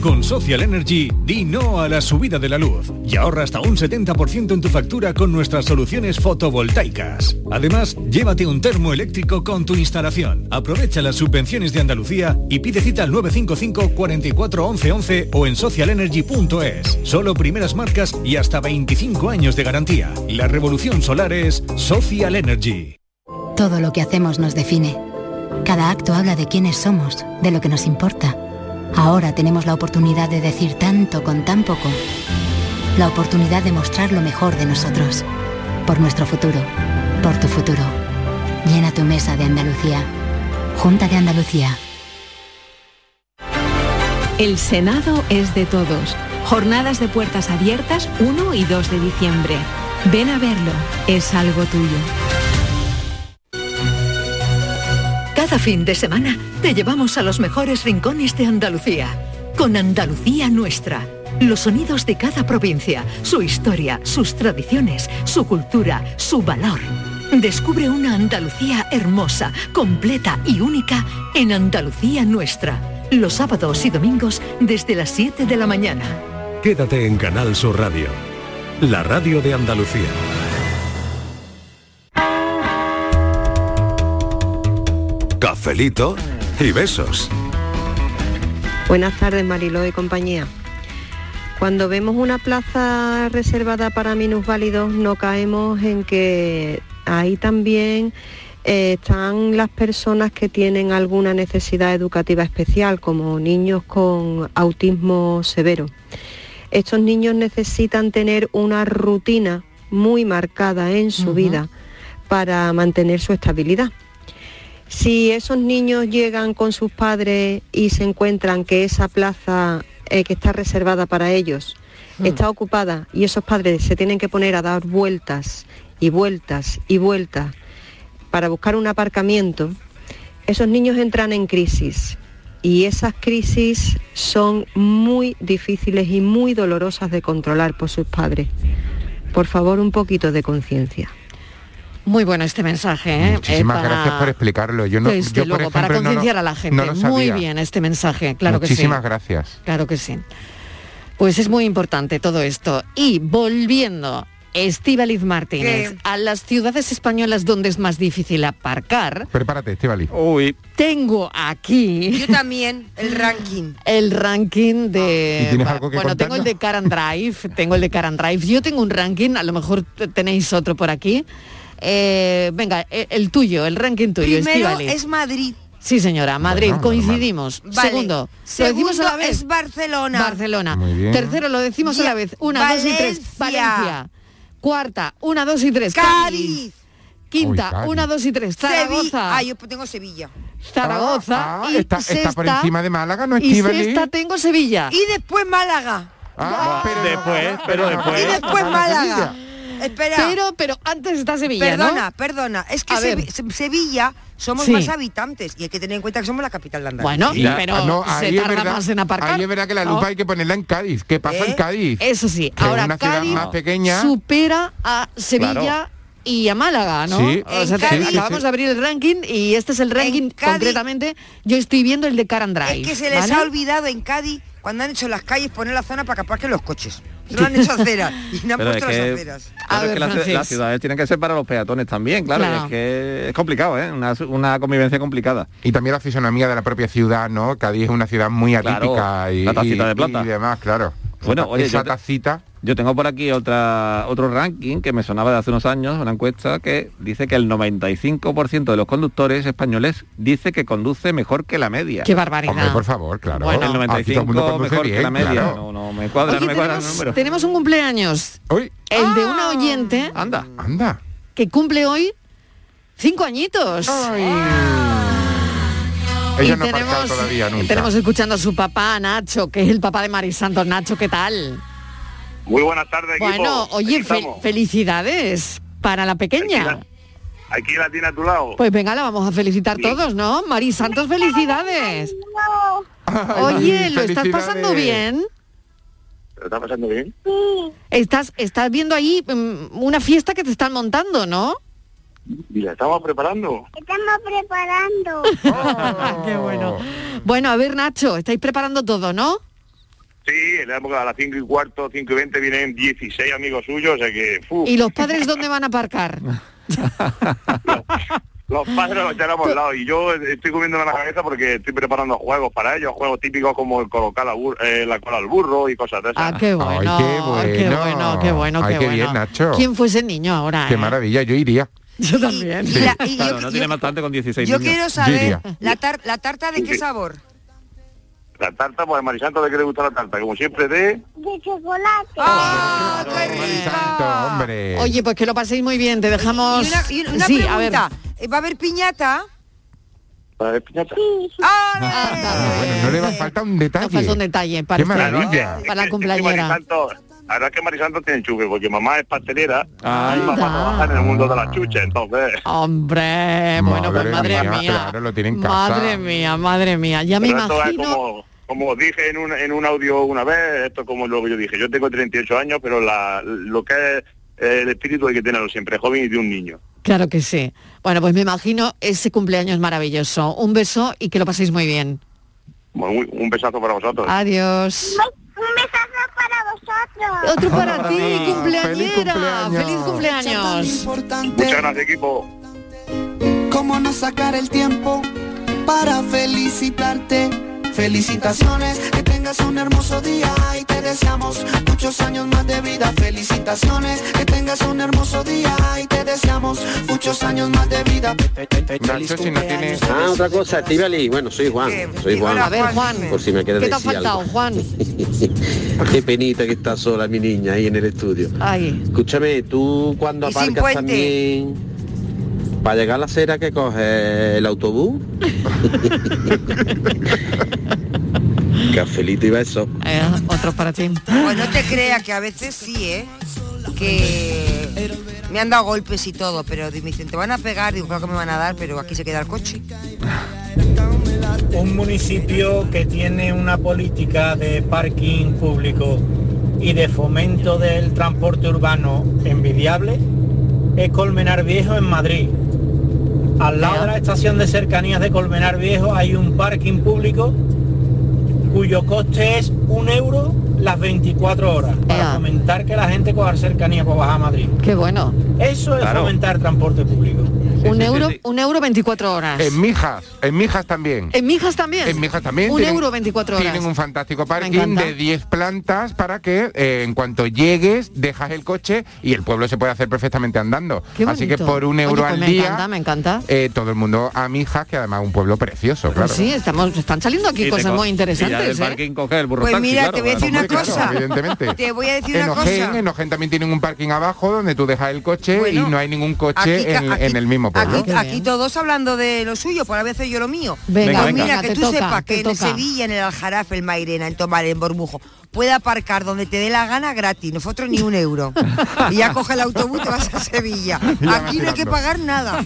Speaker 11: Con Social Energy, di no a la subida de la luz y ahorra hasta un 70% en tu factura con nuestras soluciones fotovoltaicas. Además, llévate un termo eléctrico con tu instalación. Aprovecha las subvenciones de Andalucía y pide cita al 955 44 11 11 o en socialenergy.es. Solo primeras marcas y hasta 25 años de garantía. La revolución solar es Social Energy.
Speaker 2: Todo lo que hacemos nos define. Cada acto habla de quiénes somos, de lo que nos importa. Ahora tenemos la oportunidad de decir tanto con tan poco. La oportunidad de mostrar lo mejor de nosotros. Por nuestro futuro. Por tu futuro. Llena tu mesa de Andalucía. Junta de Andalucía.
Speaker 13: El Senado es de todos. Jornadas de puertas abiertas 1 y 2 de diciembre. Ven a verlo, es algo tuyo.
Speaker 1: Cada fin de semana te llevamos a los mejores rincones de Andalucía, con Andalucía Nuestra. Los sonidos de cada provincia, su historia, sus tradiciones, su cultura, su valor. Descubre una Andalucía hermosa, completa y única en Andalucía Nuestra, los sábados y domingos desde las 7 de la mañana.
Speaker 29: Quédate en Canal Sur Radio, la radio de Andalucía.
Speaker 28: Cafelito y besos.
Speaker 30: Buenas tardes, Mariló y compañía. Cuando vemos una plaza reservada para minusválidos, no caemos en que ahí también eh, están las personas que tienen alguna necesidad educativa especial, como niños con autismo severo. Estos niños necesitan tener una rutina muy marcada en su
Speaker 31: Ujú.
Speaker 30: vida para mantener su estabilidad. Si esos niños llegan con sus padres y se encuentran que esa plaza eh, que está reservada para ellos
Speaker 31: Hmm.
Speaker 30: está ocupada y esos padres se tienen que poner a dar vueltas y vueltas y vueltas para buscar un aparcamiento, esos niños entran en crisis y esas crisis son muy difíciles y muy dolorosas de controlar por sus padres. Por favor, un poquito de conciencia.
Speaker 15: Muy bueno este mensaje. ¿eh?
Speaker 16: Muchísimas
Speaker 15: Eh, para-
Speaker 16: gracias por explicarlo. Yo no,
Speaker 15: Desde
Speaker 16: yo, por
Speaker 15: luego, para
Speaker 16: ejemplo, no lo-
Speaker 15: concienciar a la gente.
Speaker 16: no lo
Speaker 15: Muy
Speaker 16: sabía.
Speaker 15: bien este mensaje, claro
Speaker 16: Muchísimas
Speaker 15: que sí.
Speaker 16: gracias.
Speaker 15: Claro que sí. Pues es muy importante todo esto. Y volviendo, Estíbaliz Martínez,
Speaker 29: ¿Qué?
Speaker 15: a las ciudades españolas donde es más difícil aparcar,
Speaker 16: Prepárate, Estivali.
Speaker 15: Oh,
Speaker 5: Uy.
Speaker 15: tengo aquí...
Speaker 30: Yo también, el ranking.
Speaker 15: [LAUGHS] El ranking de...
Speaker 17: Ah.
Speaker 16: ¿Y tienes algo que
Speaker 15: bueno, tengo el
Speaker 16: contarnos?
Speaker 15: de Caran Drive, tengo el de Caran Drive. Yo tengo un ranking, a lo mejor t- tenéis otro por aquí. Eh, venga, e- el tuyo, el ranking tuyo,
Speaker 17: Primero
Speaker 15: Estíbaliz.
Speaker 17: es Madrid.
Speaker 15: Sí, señora,
Speaker 16: Pues
Speaker 15: Madrid,
Speaker 17: Bueno, normal.
Speaker 15: coincidimos.
Speaker 17: Vale.
Speaker 15: Segundo, lo
Speaker 17: Segundo
Speaker 15: decimos a la vez.
Speaker 17: es Barcelona.
Speaker 15: Barcelona.
Speaker 17: Muy bien.
Speaker 15: Tercero, lo decimos a la vez. Una, dos y tres.
Speaker 17: Valencia.
Speaker 15: Valencia. Cuarta, una, dos y tres. Cádiz. Quinta,
Speaker 17: Uy, Cádiz.
Speaker 15: una, dos y tres. Zaragoza.
Speaker 17: Ah, yo tengo Sevilla.
Speaker 15: Zaragoza.
Speaker 16: Ah,
Speaker 15: y
Speaker 16: está, está
Speaker 15: sexta,
Speaker 16: por encima de Málaga, ¿no,
Speaker 15: Y
Speaker 16: Estivali? Ah,
Speaker 15: sexta tengo Sevilla.
Speaker 17: Y después Málaga.
Speaker 5: después, pero después.
Speaker 17: Y después Málaga. Espera.
Speaker 15: Pero, pero antes está Sevilla, ¿no?
Speaker 17: Perdona, perdona. Es que
Speaker 15: A ver.
Speaker 17: Sevi- Se- Sevilla somos
Speaker 15: Sí.
Speaker 17: más habitantes y hay que tener en cuenta que somos la capital de Andalucía.
Speaker 15: Bueno,
Speaker 16: Ya,
Speaker 15: pero
Speaker 16: ah, no,
Speaker 15: se
Speaker 16: ahí es
Speaker 15: tarda
Speaker 16: verdad,
Speaker 15: más en aparcar.
Speaker 16: Ahí es verdad que la
Speaker 15: ¿no?
Speaker 16: lupa hay que ponerla en Cádiz. ¿Qué pasa
Speaker 15: ¿Eh?
Speaker 16: en Cádiz?
Speaker 15: Eso sí.
Speaker 16: Que es
Speaker 15: Ahora
Speaker 16: una ciudad
Speaker 15: Cádiz
Speaker 16: más pequeña.
Speaker 15: supera a Sevilla
Speaker 16: Claro.
Speaker 15: y a Málaga, ¿no?
Speaker 16: Sí,
Speaker 15: o
Speaker 16: en
Speaker 15: sea, te-
Speaker 16: Cádiz-
Speaker 15: acabamos
Speaker 16: sí, sí.
Speaker 15: de abrir el ranking y este es el ranking concretamente. Yo estoy viendo el de Car and Drive.
Speaker 17: que se les
Speaker 15: ¿vale?
Speaker 17: ha olvidado en Cádiz cuando han hecho las calles poner la zona para que aparquen los coches. No han hecho [LAUGHS] aceras y no han
Speaker 5: Pero es
Speaker 17: puesto las
Speaker 5: que-
Speaker 17: aceras.
Speaker 5: claro, es que las- las ciudades tienen que ser para los peatones también, claro.
Speaker 17: Claro.
Speaker 5: Es que es complicado, ¿eh? Una, una convivencia complicada.
Speaker 16: Y también la fisonomía de la propia ciudad, ¿no? Cádiz es una ciudad muy
Speaker 5: Claro,
Speaker 16: atípica y,
Speaker 5: la tacita
Speaker 16: y-
Speaker 5: de plata.
Speaker 16: y demás, claro.
Speaker 5: Bueno,
Speaker 16: Esa-
Speaker 5: oye,
Speaker 16: esa
Speaker 5: yo te-
Speaker 16: tacita
Speaker 5: Yo tengo por aquí otra, otro ranking que me sonaba de hace unos años, una encuesta que dice que el 95% de los conductores españoles dice que conduce mejor que la media.
Speaker 15: Qué barbaridad. Hombre, por
Speaker 16: favor, claro.
Speaker 5: Bueno, el
Speaker 16: Aquí todo el mundo
Speaker 5: 95
Speaker 16: conduce
Speaker 5: mejor que
Speaker 16: bien,
Speaker 5: la media.
Speaker 16: claro.
Speaker 5: No, no, me cuadra,
Speaker 15: Oye,
Speaker 5: no me cuadra el
Speaker 15: tenemos, este
Speaker 5: número.
Speaker 15: tenemos un cumpleaños. El de
Speaker 17: Ah.
Speaker 15: una oyente.
Speaker 5: Anda.
Speaker 16: Anda.
Speaker 15: Que cumple hoy cinco añitos. Ah. Y
Speaker 16: Ella no ha aparcado todavía nunca.
Speaker 15: Tenemos escuchando a su papá, Nacho, que es el papá de Maris Santos. Nacho, ¿qué tal?
Speaker 19: Muy buenas tardes, equipo.
Speaker 15: Bueno,
Speaker 19: Aquí
Speaker 15: oye, fel-
Speaker 19: estamos.
Speaker 15: felicidades para la pequeña.
Speaker 19: Aquí la tiene a tu lado.
Speaker 15: Pues venga, la vamos a felicitar todos, ¿no? Maris Santos, felicidades. Oye, ¿lo estás pasando
Speaker 19: felicidades.
Speaker 15: bien?
Speaker 19: ¿Lo está pasando bien?
Speaker 15: Estás, estás viendo ahí mm, una fiesta que te están montando, ¿no?
Speaker 19: Y la estamos preparando.
Speaker 15: Estamos preparando. [LAUGHS] Qué bueno. [LAUGHS] Bueno, a ver, Nacho, estáis preparando todo, ¿no?
Speaker 19: Sí, en la época a las 5 y cuarto, 5 y 20 vienen 16 amigos suyos, o sea que... fu,
Speaker 15: ¿Y los padres dónde van a aparcar?
Speaker 19: Los padres los echáramos al lado y yo estoy comiéndome la cabeza porque estoy preparando juegos para ellos, juegos típicos como el colocar la, bur- eh, la cola al burro y cosas de esas.
Speaker 15: Ah,
Speaker 16: [LAUGHS]
Speaker 15: qué bueno.
Speaker 16: Ay, qué bueno.
Speaker 15: bueno, qué bueno,
Speaker 16: Ay,
Speaker 15: qué
Speaker 16: qué
Speaker 15: bueno.
Speaker 16: bien, Nacho.
Speaker 15: ¿Quién fuese niño ahora?
Speaker 16: Qué
Speaker 15: eh?
Speaker 16: maravilla, yo iría.
Speaker 15: Yo también.
Speaker 5: Claro, no tiene bastante con 16
Speaker 17: Yo
Speaker 5: niños.
Speaker 17: quiero saber, la, tar- ¿la tarta de qué sabor?
Speaker 19: La tarta, pues a Marisanto le quiere gustar la tarta, como siempre de...
Speaker 17: De chocolate. ¡Ah, qué
Speaker 19: Ah.
Speaker 17: rico!
Speaker 16: Hombre.
Speaker 15: Oye, pues que lo paséis muy bien, te dejamos...
Speaker 17: Y una, y una
Speaker 15: sí, a ver.
Speaker 17: pregunta, ¿eh, ¿va a haber piñata?
Speaker 19: Para ver, piñata.
Speaker 17: Pues
Speaker 16: Ah, No le va a faltar un detalle.
Speaker 15: Falta un detalle para,
Speaker 16: Qué
Speaker 15: usted,
Speaker 16: maravilla.
Speaker 15: para la
Speaker 19: Es que
Speaker 15: cumpleañera.
Speaker 19: Marisanto, la verdad es que Marisanto tiene chuve, porque mamá es pastelera y papá
Speaker 15: Anda.
Speaker 19: trabaja en el mundo de la chucha, entonces...
Speaker 15: Hombre, bueno, pues madre mía.
Speaker 16: Claro, lo tiene en casa.
Speaker 15: Madre mía, madre mía. Ya me
Speaker 19: Pero esto es
Speaker 15: imagino...
Speaker 19: como, como os dije en un, en un audio una vez, esto es como lo que yo dije, yo tengo 38 años, pero la, lo que es eh, el espíritu hay que tenerlo siempre, joven y de un niño.
Speaker 15: Claro que sí. Bueno, pues me imagino ese cumpleaños maravilloso. Un beso y que lo paséis muy bien.
Speaker 19: Bueno, un- un besazo para
Speaker 15: Ah,
Speaker 19: vosotros.
Speaker 15: Adiós. Otro para ti, cumpleañera. Feliz cumpleaños.
Speaker 19: Muchas gracias, equipo.
Speaker 21: ¿Cómo no sacar el tiempo para felicitarte? Felicitaciones, que tengas un hermoso día y te deseamos muchos años más de vida. Felicitaciones, que tengas un hermoso día y te deseamos muchos años más de vida.
Speaker 26: Nacho, si no tiene...
Speaker 21: Ah, otra cosa, Estivali. Bueno, soy Juan. Soy Juan.
Speaker 15: A ver, Juan.
Speaker 21: Por si me queda
Speaker 15: ¿Qué te ha
Speaker 21: decir
Speaker 15: faltado,
Speaker 21: algo. [LAUGHS]
Speaker 15: Juan?
Speaker 21: Qué penita que está sola mi niña ahí en el estudio.
Speaker 15: Ay.
Speaker 21: Escúchame, tú cuando
Speaker 15: Y sin
Speaker 21: aparcas
Speaker 15: puente.
Speaker 21: también para llegar a la acera que coge
Speaker 15: [LAUGHS]
Speaker 21: el autobús. [LAUGHS] Cafelito y beso.
Speaker 15: Eh, otro para ti.
Speaker 17: Pues no te creas que a veces sí, ¿eh? Que me han dado golpes y todo, pero me dicen, te van a pegar, digo, claro que me van a dar, pero aquí se queda el coche. Pues
Speaker 22: un municipio que tiene una política de parking público y de fomento del transporte urbano envidiable es Colmenar Viejo en Madrid. Al lado de la estación de cercanías de Colmenar Viejo hay un parking público cuyo coste es un euro las 24 horas para fomentar que la gente coja cercanías para bajar a Madrid.
Speaker 15: Qué bueno.
Speaker 22: Eso es
Speaker 16: Claro.
Speaker 22: fomentar transporte público.
Speaker 15: Un euro, un euro 24 horas.
Speaker 16: En Mijas, en Mijas también.
Speaker 15: En Mijas también.
Speaker 16: En Mijas Eh, también.
Speaker 15: Un
Speaker 16: tienen-
Speaker 15: euro 24 horas.
Speaker 16: Tienen un fantástico parking
Speaker 15: encanta.
Speaker 16: de 10 plantas para que eh, en cuanto llegues dejas el coche y el pueblo se puede hacer perfectamente andando.
Speaker 15: Qué
Speaker 16: Así que
Speaker 15: bonito.
Speaker 16: por un
Speaker 15: Oye,
Speaker 16: euro
Speaker 15: pues
Speaker 16: al
Speaker 15: me
Speaker 16: día
Speaker 15: encanta, me encanta.
Speaker 16: eh, todo el mundo a Mijas, que además es un pueblo precioso, claro.
Speaker 15: Pues Sí, estamos, están saliendo aquí
Speaker 16: Y te
Speaker 15: cosas
Speaker 16: co-
Speaker 15: muy interesantes.
Speaker 16: y ya del
Speaker 15: ¿eh?
Speaker 16: parking coge el burro
Speaker 17: Pues
Speaker 16: taxi,
Speaker 17: mira,
Speaker 16: claro,
Speaker 17: te voy a decir
Speaker 16: claro,
Speaker 17: una
Speaker 16: claro,
Speaker 17: cosa.
Speaker 16: evidentemente.
Speaker 17: Te voy a decir
Speaker 16: En
Speaker 17: una
Speaker 16: Ojén,
Speaker 17: cosa.
Speaker 16: en Ojén también tienen un parking abajo donde tú dejas el coche y no hay ningún coche
Speaker 17: aquí ca-
Speaker 16: en,
Speaker 17: aquí-
Speaker 16: en el mismo pueblo.
Speaker 17: Aquí, aquí todos hablando de lo suyo, por a veces yo lo mío.
Speaker 16: Venga,
Speaker 17: Pues
Speaker 16: venga.
Speaker 17: mira, que
Speaker 16: Te
Speaker 17: tú
Speaker 16: toca, te
Speaker 17: sepas que en
Speaker 16: toca.
Speaker 17: Sevilla, en el Aljarafe, el Mairena, en Tomar, en Bormujo, puede aparcar donde te dé la gana gratis, nosotros ni
Speaker 16: [LAUGHS]
Speaker 17: un euro. y ya coge el autobús y te vas a Sevilla.
Speaker 20: Ya vas
Speaker 17: Aquí no hay que
Speaker 20: tirando.
Speaker 17: pagar nada.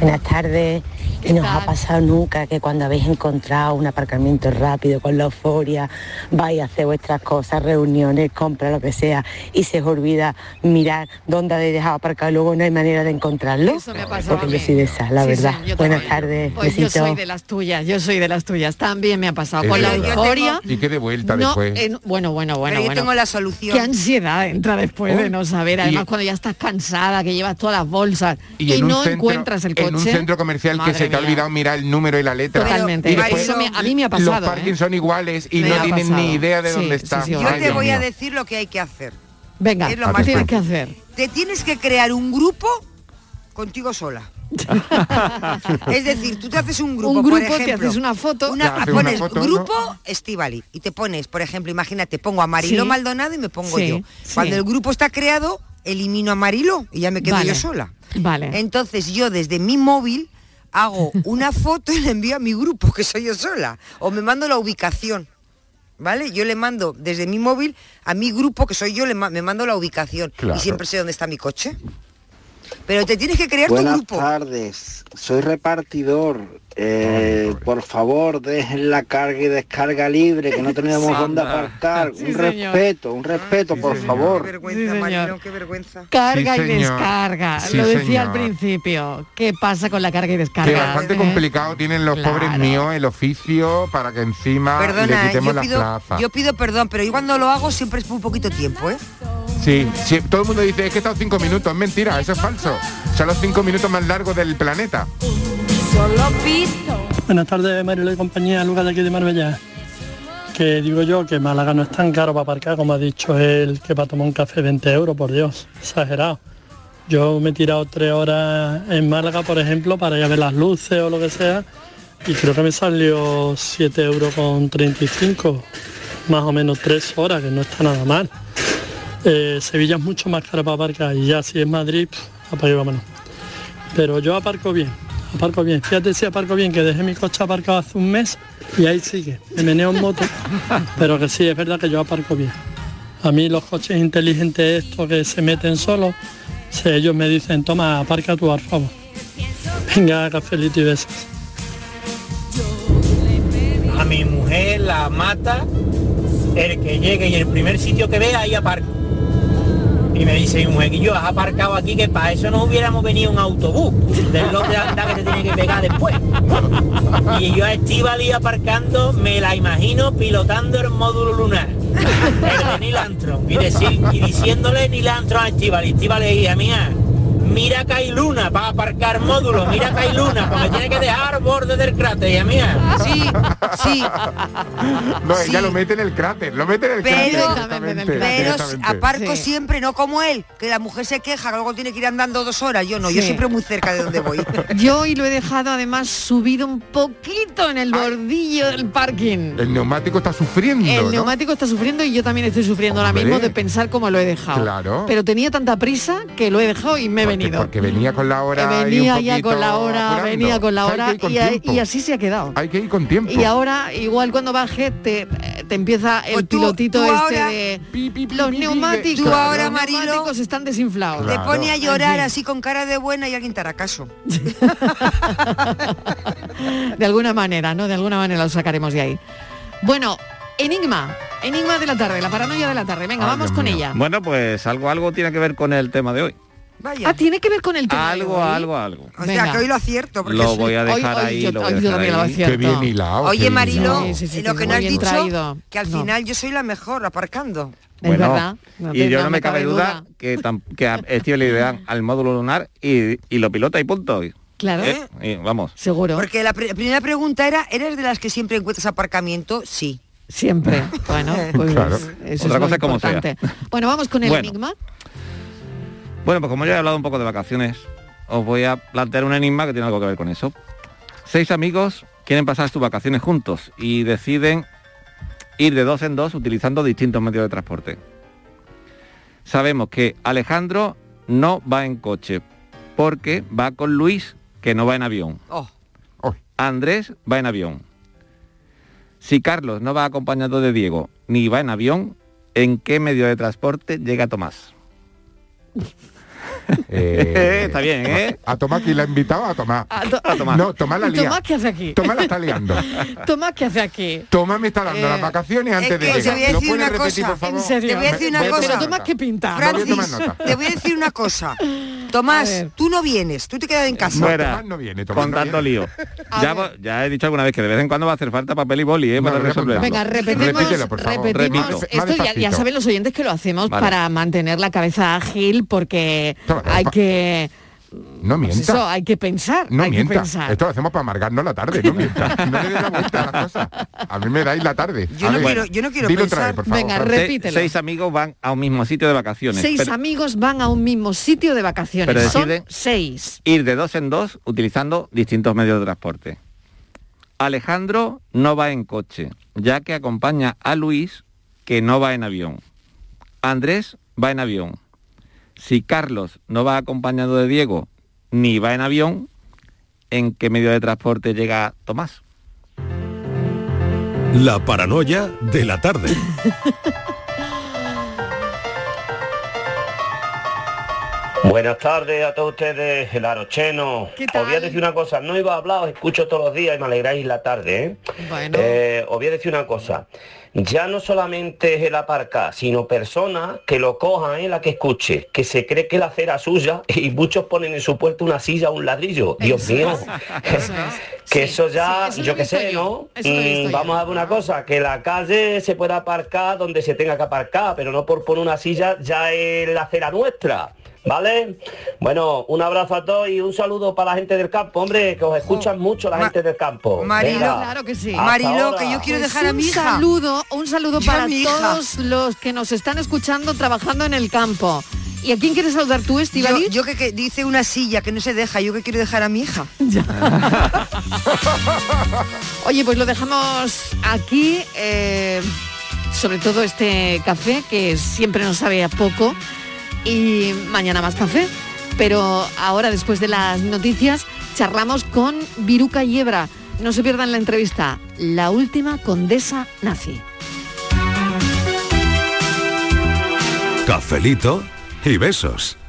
Speaker 20: Buenas tardes, Y nos ha pasado nunca que cuando habéis encontrado un aparcamiento rápido con la euforia, vais a hacer vuestras cosas, reuniones, compras, lo que sea, y se os olvida mirar dónde habéis dejado aparcado y luego no hay manera de encontrarlo.
Speaker 15: Eso me ha pasado
Speaker 20: Porque
Speaker 15: a
Speaker 20: yo
Speaker 15: mí.
Speaker 20: soy de esas, la
Speaker 15: Sí,
Speaker 20: verdad.
Speaker 15: sí, yo
Speaker 20: Buenas
Speaker 15: también.
Speaker 20: tardes.
Speaker 15: Pues yo soy
Speaker 20: besitos.
Speaker 15: de las tuyas, yo soy de las tuyas. También me ha pasado
Speaker 16: Es
Speaker 15: con la
Speaker 16: verdad.
Speaker 15: euforia.
Speaker 16: Eh, Y que de vuelta
Speaker 15: No,
Speaker 16: después.
Speaker 15: en- bueno, bueno, bueno.
Speaker 17: Pero yo
Speaker 15: bueno.
Speaker 17: tengo la solución.
Speaker 15: Qué ansiedad entra después
Speaker 16: Oh.
Speaker 15: de no saber.
Speaker 16: Y-
Speaker 15: Además, cuando ya estás cansada, que llevas todas las bolsas y,
Speaker 16: en un
Speaker 15: no
Speaker 16: centro-
Speaker 15: encuentras el coche.
Speaker 16: En un centro comercial
Speaker 15: Madre
Speaker 16: que se te ha
Speaker 15: mía.
Speaker 16: olvidado mirar el número y la letra.
Speaker 15: Totalmente.
Speaker 16: Y
Speaker 15: Eso
Speaker 16: después
Speaker 15: me- a mí me ha
Speaker 16: Los
Speaker 15: pasado, ¿eh?
Speaker 16: parkings son iguales y
Speaker 15: Me
Speaker 16: no
Speaker 15: ha
Speaker 16: tienen
Speaker 15: pasado.
Speaker 16: ni idea de
Speaker 15: Sí,
Speaker 16: dónde
Speaker 15: sí,
Speaker 16: están.
Speaker 15: sí,
Speaker 17: Yo te voy a decir lo que hay que hacer.
Speaker 15: Venga,
Speaker 17: es lo
Speaker 16: A
Speaker 17: más
Speaker 16: ver,
Speaker 17: fácil.
Speaker 16: ¿qué
Speaker 15: hacer?
Speaker 17: Te tienes que crear un grupo contigo
Speaker 16: [LAUGHS]
Speaker 17: sola. es decir, tú te haces un grupo,
Speaker 15: Un
Speaker 17: por
Speaker 15: grupo, te
Speaker 17: ejemplo,
Speaker 15: haces una foto.
Speaker 17: una-
Speaker 15: Te haces una
Speaker 17: pones
Speaker 15: foto,
Speaker 17: grupo Estivali y te pones, por ejemplo, imagínate, pongo a Marilo
Speaker 15: Sí.
Speaker 17: Maldonado y me pongo
Speaker 15: Sí,
Speaker 17: yo.
Speaker 15: sí.
Speaker 17: Cuando el grupo está creado, elimino a Marilo y ya me quedo
Speaker 15: Vale.
Speaker 17: yo sola.
Speaker 15: Vale.
Speaker 17: Entonces yo desde mi móvil
Speaker 15: [LAUGHS]
Speaker 17: hago una foto y la envío a mi grupo, que soy yo sola, o me mando la ubicación. ¿Vale? Yo le mando desde mi móvil a mi grupo, que soy yo, le ma- me mando la ubicación.
Speaker 6: Claro.
Speaker 17: Y siempre sé dónde está mi coche. Pero te tienes que crear
Speaker 6: Buenas
Speaker 17: tu grupo.
Speaker 6: tardes, soy repartidor. Eh, por favor, dejen la carga y descarga libre, que no tenemos
Speaker 17: Anda.
Speaker 6: dónde aparcar.
Speaker 17: Sí,
Speaker 6: un
Speaker 17: señor.
Speaker 6: respeto, un respeto, por
Speaker 17: Qué
Speaker 6: favor.
Speaker 17: vergüenza, Mariló, qué vergüenza.
Speaker 15: Carga
Speaker 6: Sí,
Speaker 15: y
Speaker 6: señor.
Speaker 15: descarga.
Speaker 16: Sí,
Speaker 15: Lo decía al
Speaker 16: señor.
Speaker 15: principio. ¿Qué pasa con la carga y
Speaker 16: Que
Speaker 15: descarga?
Speaker 16: bastante
Speaker 15: ¿Eh?
Speaker 16: complicado tienen los pobres míos el oficio para que
Speaker 5: Ah,
Speaker 16: encima le
Speaker 17: Perdona, eh,
Speaker 16: quitemos
Speaker 17: yo
Speaker 16: las
Speaker 17: pido,
Speaker 16: plazas.
Speaker 17: yo pido perdón, pero yo cuando lo hago siempre es por un poquito tiempo, ¿eh?
Speaker 16: Sí, sí, todo el mundo dice, es que he estado cinco minutos. Es mentira, eso es falso. Son los cinco minutos más largos del planeta.
Speaker 17: Solo visto.
Speaker 18: Buenas tardes, Marilo y compañía, Lucas de aquí de Marbella. Que digo yo que Málaga no es tan caro para aparcar, como ha dicho él, que para tomar un café 20 euros, por Dios, exagerado. Yo me he tirado tres horas en Málaga, por ejemplo, para ir a ver las luces o lo que sea, y creo que me salió 7 euros con 35, más o menos tres horas, que no está nada mal. Eh, Sevilla es mucho más caro para aparcar, y ya si es Madrid, pff, apague y vámonos. Pero yo aparco bien, aparco bien. Fíjate si aparco bien, que dejé mi coche aparcado hace un mes y ahí sigue. Me meneo en moto, pero que sí, es verdad que yo aparco bien. A mí los coches inteligentes estos que se meten solos, si ellos me dicen, toma, aparca tú, por favor. Venga, cafelito y besos.
Speaker 22: A mi mujer la mata el que llegue y el primer sitio que vea ahí aparco. Y me dice mi mujer, yo has aparcado aquí que para eso no hubiéramos venido un autobús del lote de anda que se tiene que pegar después. Y yo a este Estivali aparcando, me la imagino pilotando el módulo lunar. El de Neil Armstrong. Y, decir- y diciéndole Neil Armstrong a ah, Estivali, Estivali hija mía, mira que hay luna para aparcar módulo, mira que hay luna, porque tiene que dejar borde del cráter, hija mía.
Speaker 17: Sí, sí.
Speaker 16: No, ella lo mete en el cráter, lo mete en el
Speaker 17: Pero,
Speaker 16: cráter. directamente,
Speaker 17: pero
Speaker 16: directamente.
Speaker 17: aparco siempre, no como él, que la mujer se queja, que luego tiene que ir andando dos horas. Yo no, yo
Speaker 15: Sí.
Speaker 17: siempre muy cerca de donde voy.
Speaker 15: Yo hoy lo he dejado además subido un poquito en el bordillo del parking.
Speaker 16: El neumático está sufriendo.
Speaker 15: El
Speaker 16: ¿no?
Speaker 15: neumático está sufriendo y yo también estoy sufriendo ahora
Speaker 16: Hombre.
Speaker 15: mismo de pensar cómo lo he dejado.
Speaker 16: Claro.
Speaker 15: Pero tenía tanta prisa que lo he dejado y me he venido.
Speaker 16: Este, Porque venía con la hora.
Speaker 15: Que
Speaker 16: y un
Speaker 15: venía ya
Speaker 16: poquito
Speaker 15: con la hora,
Speaker 16: apurando.
Speaker 15: venía con la
Speaker 16: Hay que
Speaker 15: hora
Speaker 16: ir con
Speaker 15: y, a-
Speaker 16: tiempo.
Speaker 15: y así se ha quedado.
Speaker 16: Hay que ir con tiempo.
Speaker 15: Y ahora, igual cuando baje, te, eh, te empieza [LAUGHS] el pilotito
Speaker 17: Pues tú
Speaker 15: este
Speaker 17: ahora-
Speaker 15: de los
Speaker 17: pi, pi,
Speaker 15: neumáticos.
Speaker 17: Tú ahora,
Speaker 15: los
Speaker 17: Marilo,
Speaker 15: neumáticos están desinflados.
Speaker 17: Te pone a llorar así con cara de buena y alguien te
Speaker 5: [LAUGHS]
Speaker 17: hará caso.
Speaker 15: De alguna manera, ¿no? De alguna manera lo sacaremos de ahí. Bueno, enigma. Enigma de la tarde, la paranoia de la tarde. Venga, vamos con ella.
Speaker 5: Bueno, pues algo, algo tiene que ver con el tema de hoy.
Speaker 15: Ah, tiene que ver con el tema.
Speaker 5: Algo, algo, algo.
Speaker 17: O sea, que hoy lo acierto. porque
Speaker 5: Lo
Speaker 17: sí.
Speaker 5: voy a dejar ahí. lo voy a dejar ahí.
Speaker 17: Oye, Marilo,
Speaker 5: Sí, sí, sí,
Speaker 17: lo
Speaker 5: sí,
Speaker 17: que
Speaker 5: muy
Speaker 17: no has
Speaker 5: bien
Speaker 17: dicho,
Speaker 5: traído.
Speaker 17: que al
Speaker 5: No.
Speaker 17: final yo soy la mejor aparcando.
Speaker 5: Bueno, y yo no me cabe duda que, tam- que a Steve le dan al módulo lunar y, y lo pilota y punto.
Speaker 15: Claro.
Speaker 5: Eh, y vamos.
Speaker 15: Seguro.
Speaker 17: Porque la pri- primera pregunta era, ¿eres de las que siempre encuentras aparcamiento? Sí. [LAUGHS]
Speaker 15: Siempre. Bueno, pues
Speaker 5: Claro.
Speaker 15: eso es
Speaker 5: Otra cosa
Speaker 15: muy
Speaker 5: es como sea.
Speaker 15: importante. Bueno, vamos con el
Speaker 5: Bueno.
Speaker 15: enigma.
Speaker 5: Bueno, pues como ya he hablado un poco de vacaciones, os voy a plantear un enigma que tiene algo que ver con eso. Seis amigos quieren pasar sus vacaciones juntos y deciden ir de dos en dos utilizando distintos medios de transporte. Sabemos que Alejandro no va en coche porque va con Luis, que no va en avión.
Speaker 17: Oh.
Speaker 5: Andrés va en avión. Si Carlos no va acompañado de Diego ni va en avión, ¿en qué medio de transporte llega Tomás?
Speaker 16: Eh,
Speaker 5: Está bien, ¿eh?
Speaker 16: A Tomás, ¿quién la ha invitado? A Tomás.
Speaker 15: A to-
Speaker 16: No, Tomás la lía.
Speaker 15: Tomás, ¿qué hace aquí?
Speaker 16: Tomás la está liando.
Speaker 15: [LAUGHS] Tomás, ¿qué hace aquí?
Speaker 16: Tomás me está dando
Speaker 15: Eh,
Speaker 16: las vacaciones antes
Speaker 17: es
Speaker 16: de
Speaker 17: que te
Speaker 16: llegar.
Speaker 17: voy a
Speaker 16: ¿Lo
Speaker 17: decir
Speaker 16: puedes
Speaker 17: una
Speaker 16: repetir,
Speaker 17: cosa,
Speaker 16: por favor?
Speaker 17: en serio. Te voy a decir una cosa.
Speaker 15: Pero Tomás, ¿qué pinta?
Speaker 16: Voy a tomar
Speaker 17: Francis,
Speaker 16: nota.
Speaker 17: te voy a decir una cosa. Tomás, tú no vienes, tú te quedas en casa.
Speaker 5: Fuera, con
Speaker 16: no
Speaker 5: tanto
Speaker 16: [LAUGHS]
Speaker 5: lío. Ya, vo- ya he dicho alguna vez que de vez en cuando va a hacer falta papel y boli, ¿eh? para resolverlo.
Speaker 15: Venga, repetimos, repetimos
Speaker 5: Repito.
Speaker 15: esto ya, ya saben los oyentes que lo hacemos
Speaker 5: Vale.
Speaker 15: para mantener la cabeza ágil porque hay que
Speaker 16: No
Speaker 15: pues
Speaker 16: mientas.
Speaker 15: eso, hay que pensar,
Speaker 16: No
Speaker 15: hay que
Speaker 16: mientas.
Speaker 15: pensar.
Speaker 16: Esto lo hacemos para amargarnos la tarde, no mientas. No le des la vuelta a la cosa. A mí me dais la tarde.
Speaker 5: Yo
Speaker 16: A
Speaker 5: no
Speaker 16: ver,
Speaker 5: quiero- yo no quiero
Speaker 16: dilo otra vez, por favor.
Speaker 15: Venga,
Speaker 5: Se-
Speaker 15: repítelo.
Speaker 5: Seis amigos van a un mismo sitio de vacaciones.
Speaker 15: Seis
Speaker 5: pero
Speaker 15: amigos van a un mismo sitio de vacaciones.
Speaker 5: Pero
Speaker 15: Son
Speaker 5: deciden-
Speaker 15: seis.
Speaker 5: ir de dos en dos utilizando distintos medios de transporte. Alejandro no va en coche, ya que acompaña a Luis, que no va en avión. Andrés va en avión. Si Carlos no va acompañado de Diego, ni va en avión, ¿en qué medio de transporte llega Tomás?
Speaker 28: La paranoia de la tarde.
Speaker 32: Buenas tardes a todos ustedes, el Arocheno. Os voy a decir una cosa, no iba a hablar, os escucho todos los días y me alegráis la tarde, ¿eh?
Speaker 15: Bueno.
Speaker 32: Eh, os voy a decir una cosa, ya no solamente es el aparcar, sino personas que lo cojan, ¿eh? La que escuche, que se cree que la acera es suya y muchos ponen en su puerta una silla o un ladrillo. Dios mío. Que eso ya,
Speaker 19: sí, eso lo he
Speaker 32: yo qué
Speaker 19: visto
Speaker 32: sé,
Speaker 19: yo,
Speaker 32: ¿no?
Speaker 19: eso lo he
Speaker 32: Mm,
Speaker 19: visto yo.
Speaker 32: vamos a ver una cosa, que la calle se pueda aparcar donde se tenga que aparcar, pero no por poner una silla ya es la acera nuestra. ¿Vale? Bueno, un abrazo a todos y un saludo para la gente del campo, hombre, que os escuchan mucho la gente del campo.
Speaker 17: Marilo,
Speaker 32: Venga,
Speaker 15: Claro que sí.
Speaker 32: hasta ahora.
Speaker 17: Pues
Speaker 15: un
Speaker 17: un
Speaker 15: saludo, un saludo
Speaker 17: Yo a
Speaker 15: para
Speaker 17: mi hija.
Speaker 15: todos los que nos están escuchando trabajando en el campo. ¿Y a quién quieres saludar tú, Estivali?
Speaker 17: Yo, yo que, que dice una silla que no se deja, yo que quiero dejar a mi hija.
Speaker 16: [LAUGHS]
Speaker 15: Oye, pues lo dejamos aquí, eh, sobre todo este café, que siempre nos sabe a poco, y mañana más café. Pero ahora, después de las noticias, charlamos con Viruca Yebra. No se pierdan la entrevista, la última condesa nazi.
Speaker 28: Cafelito y besos.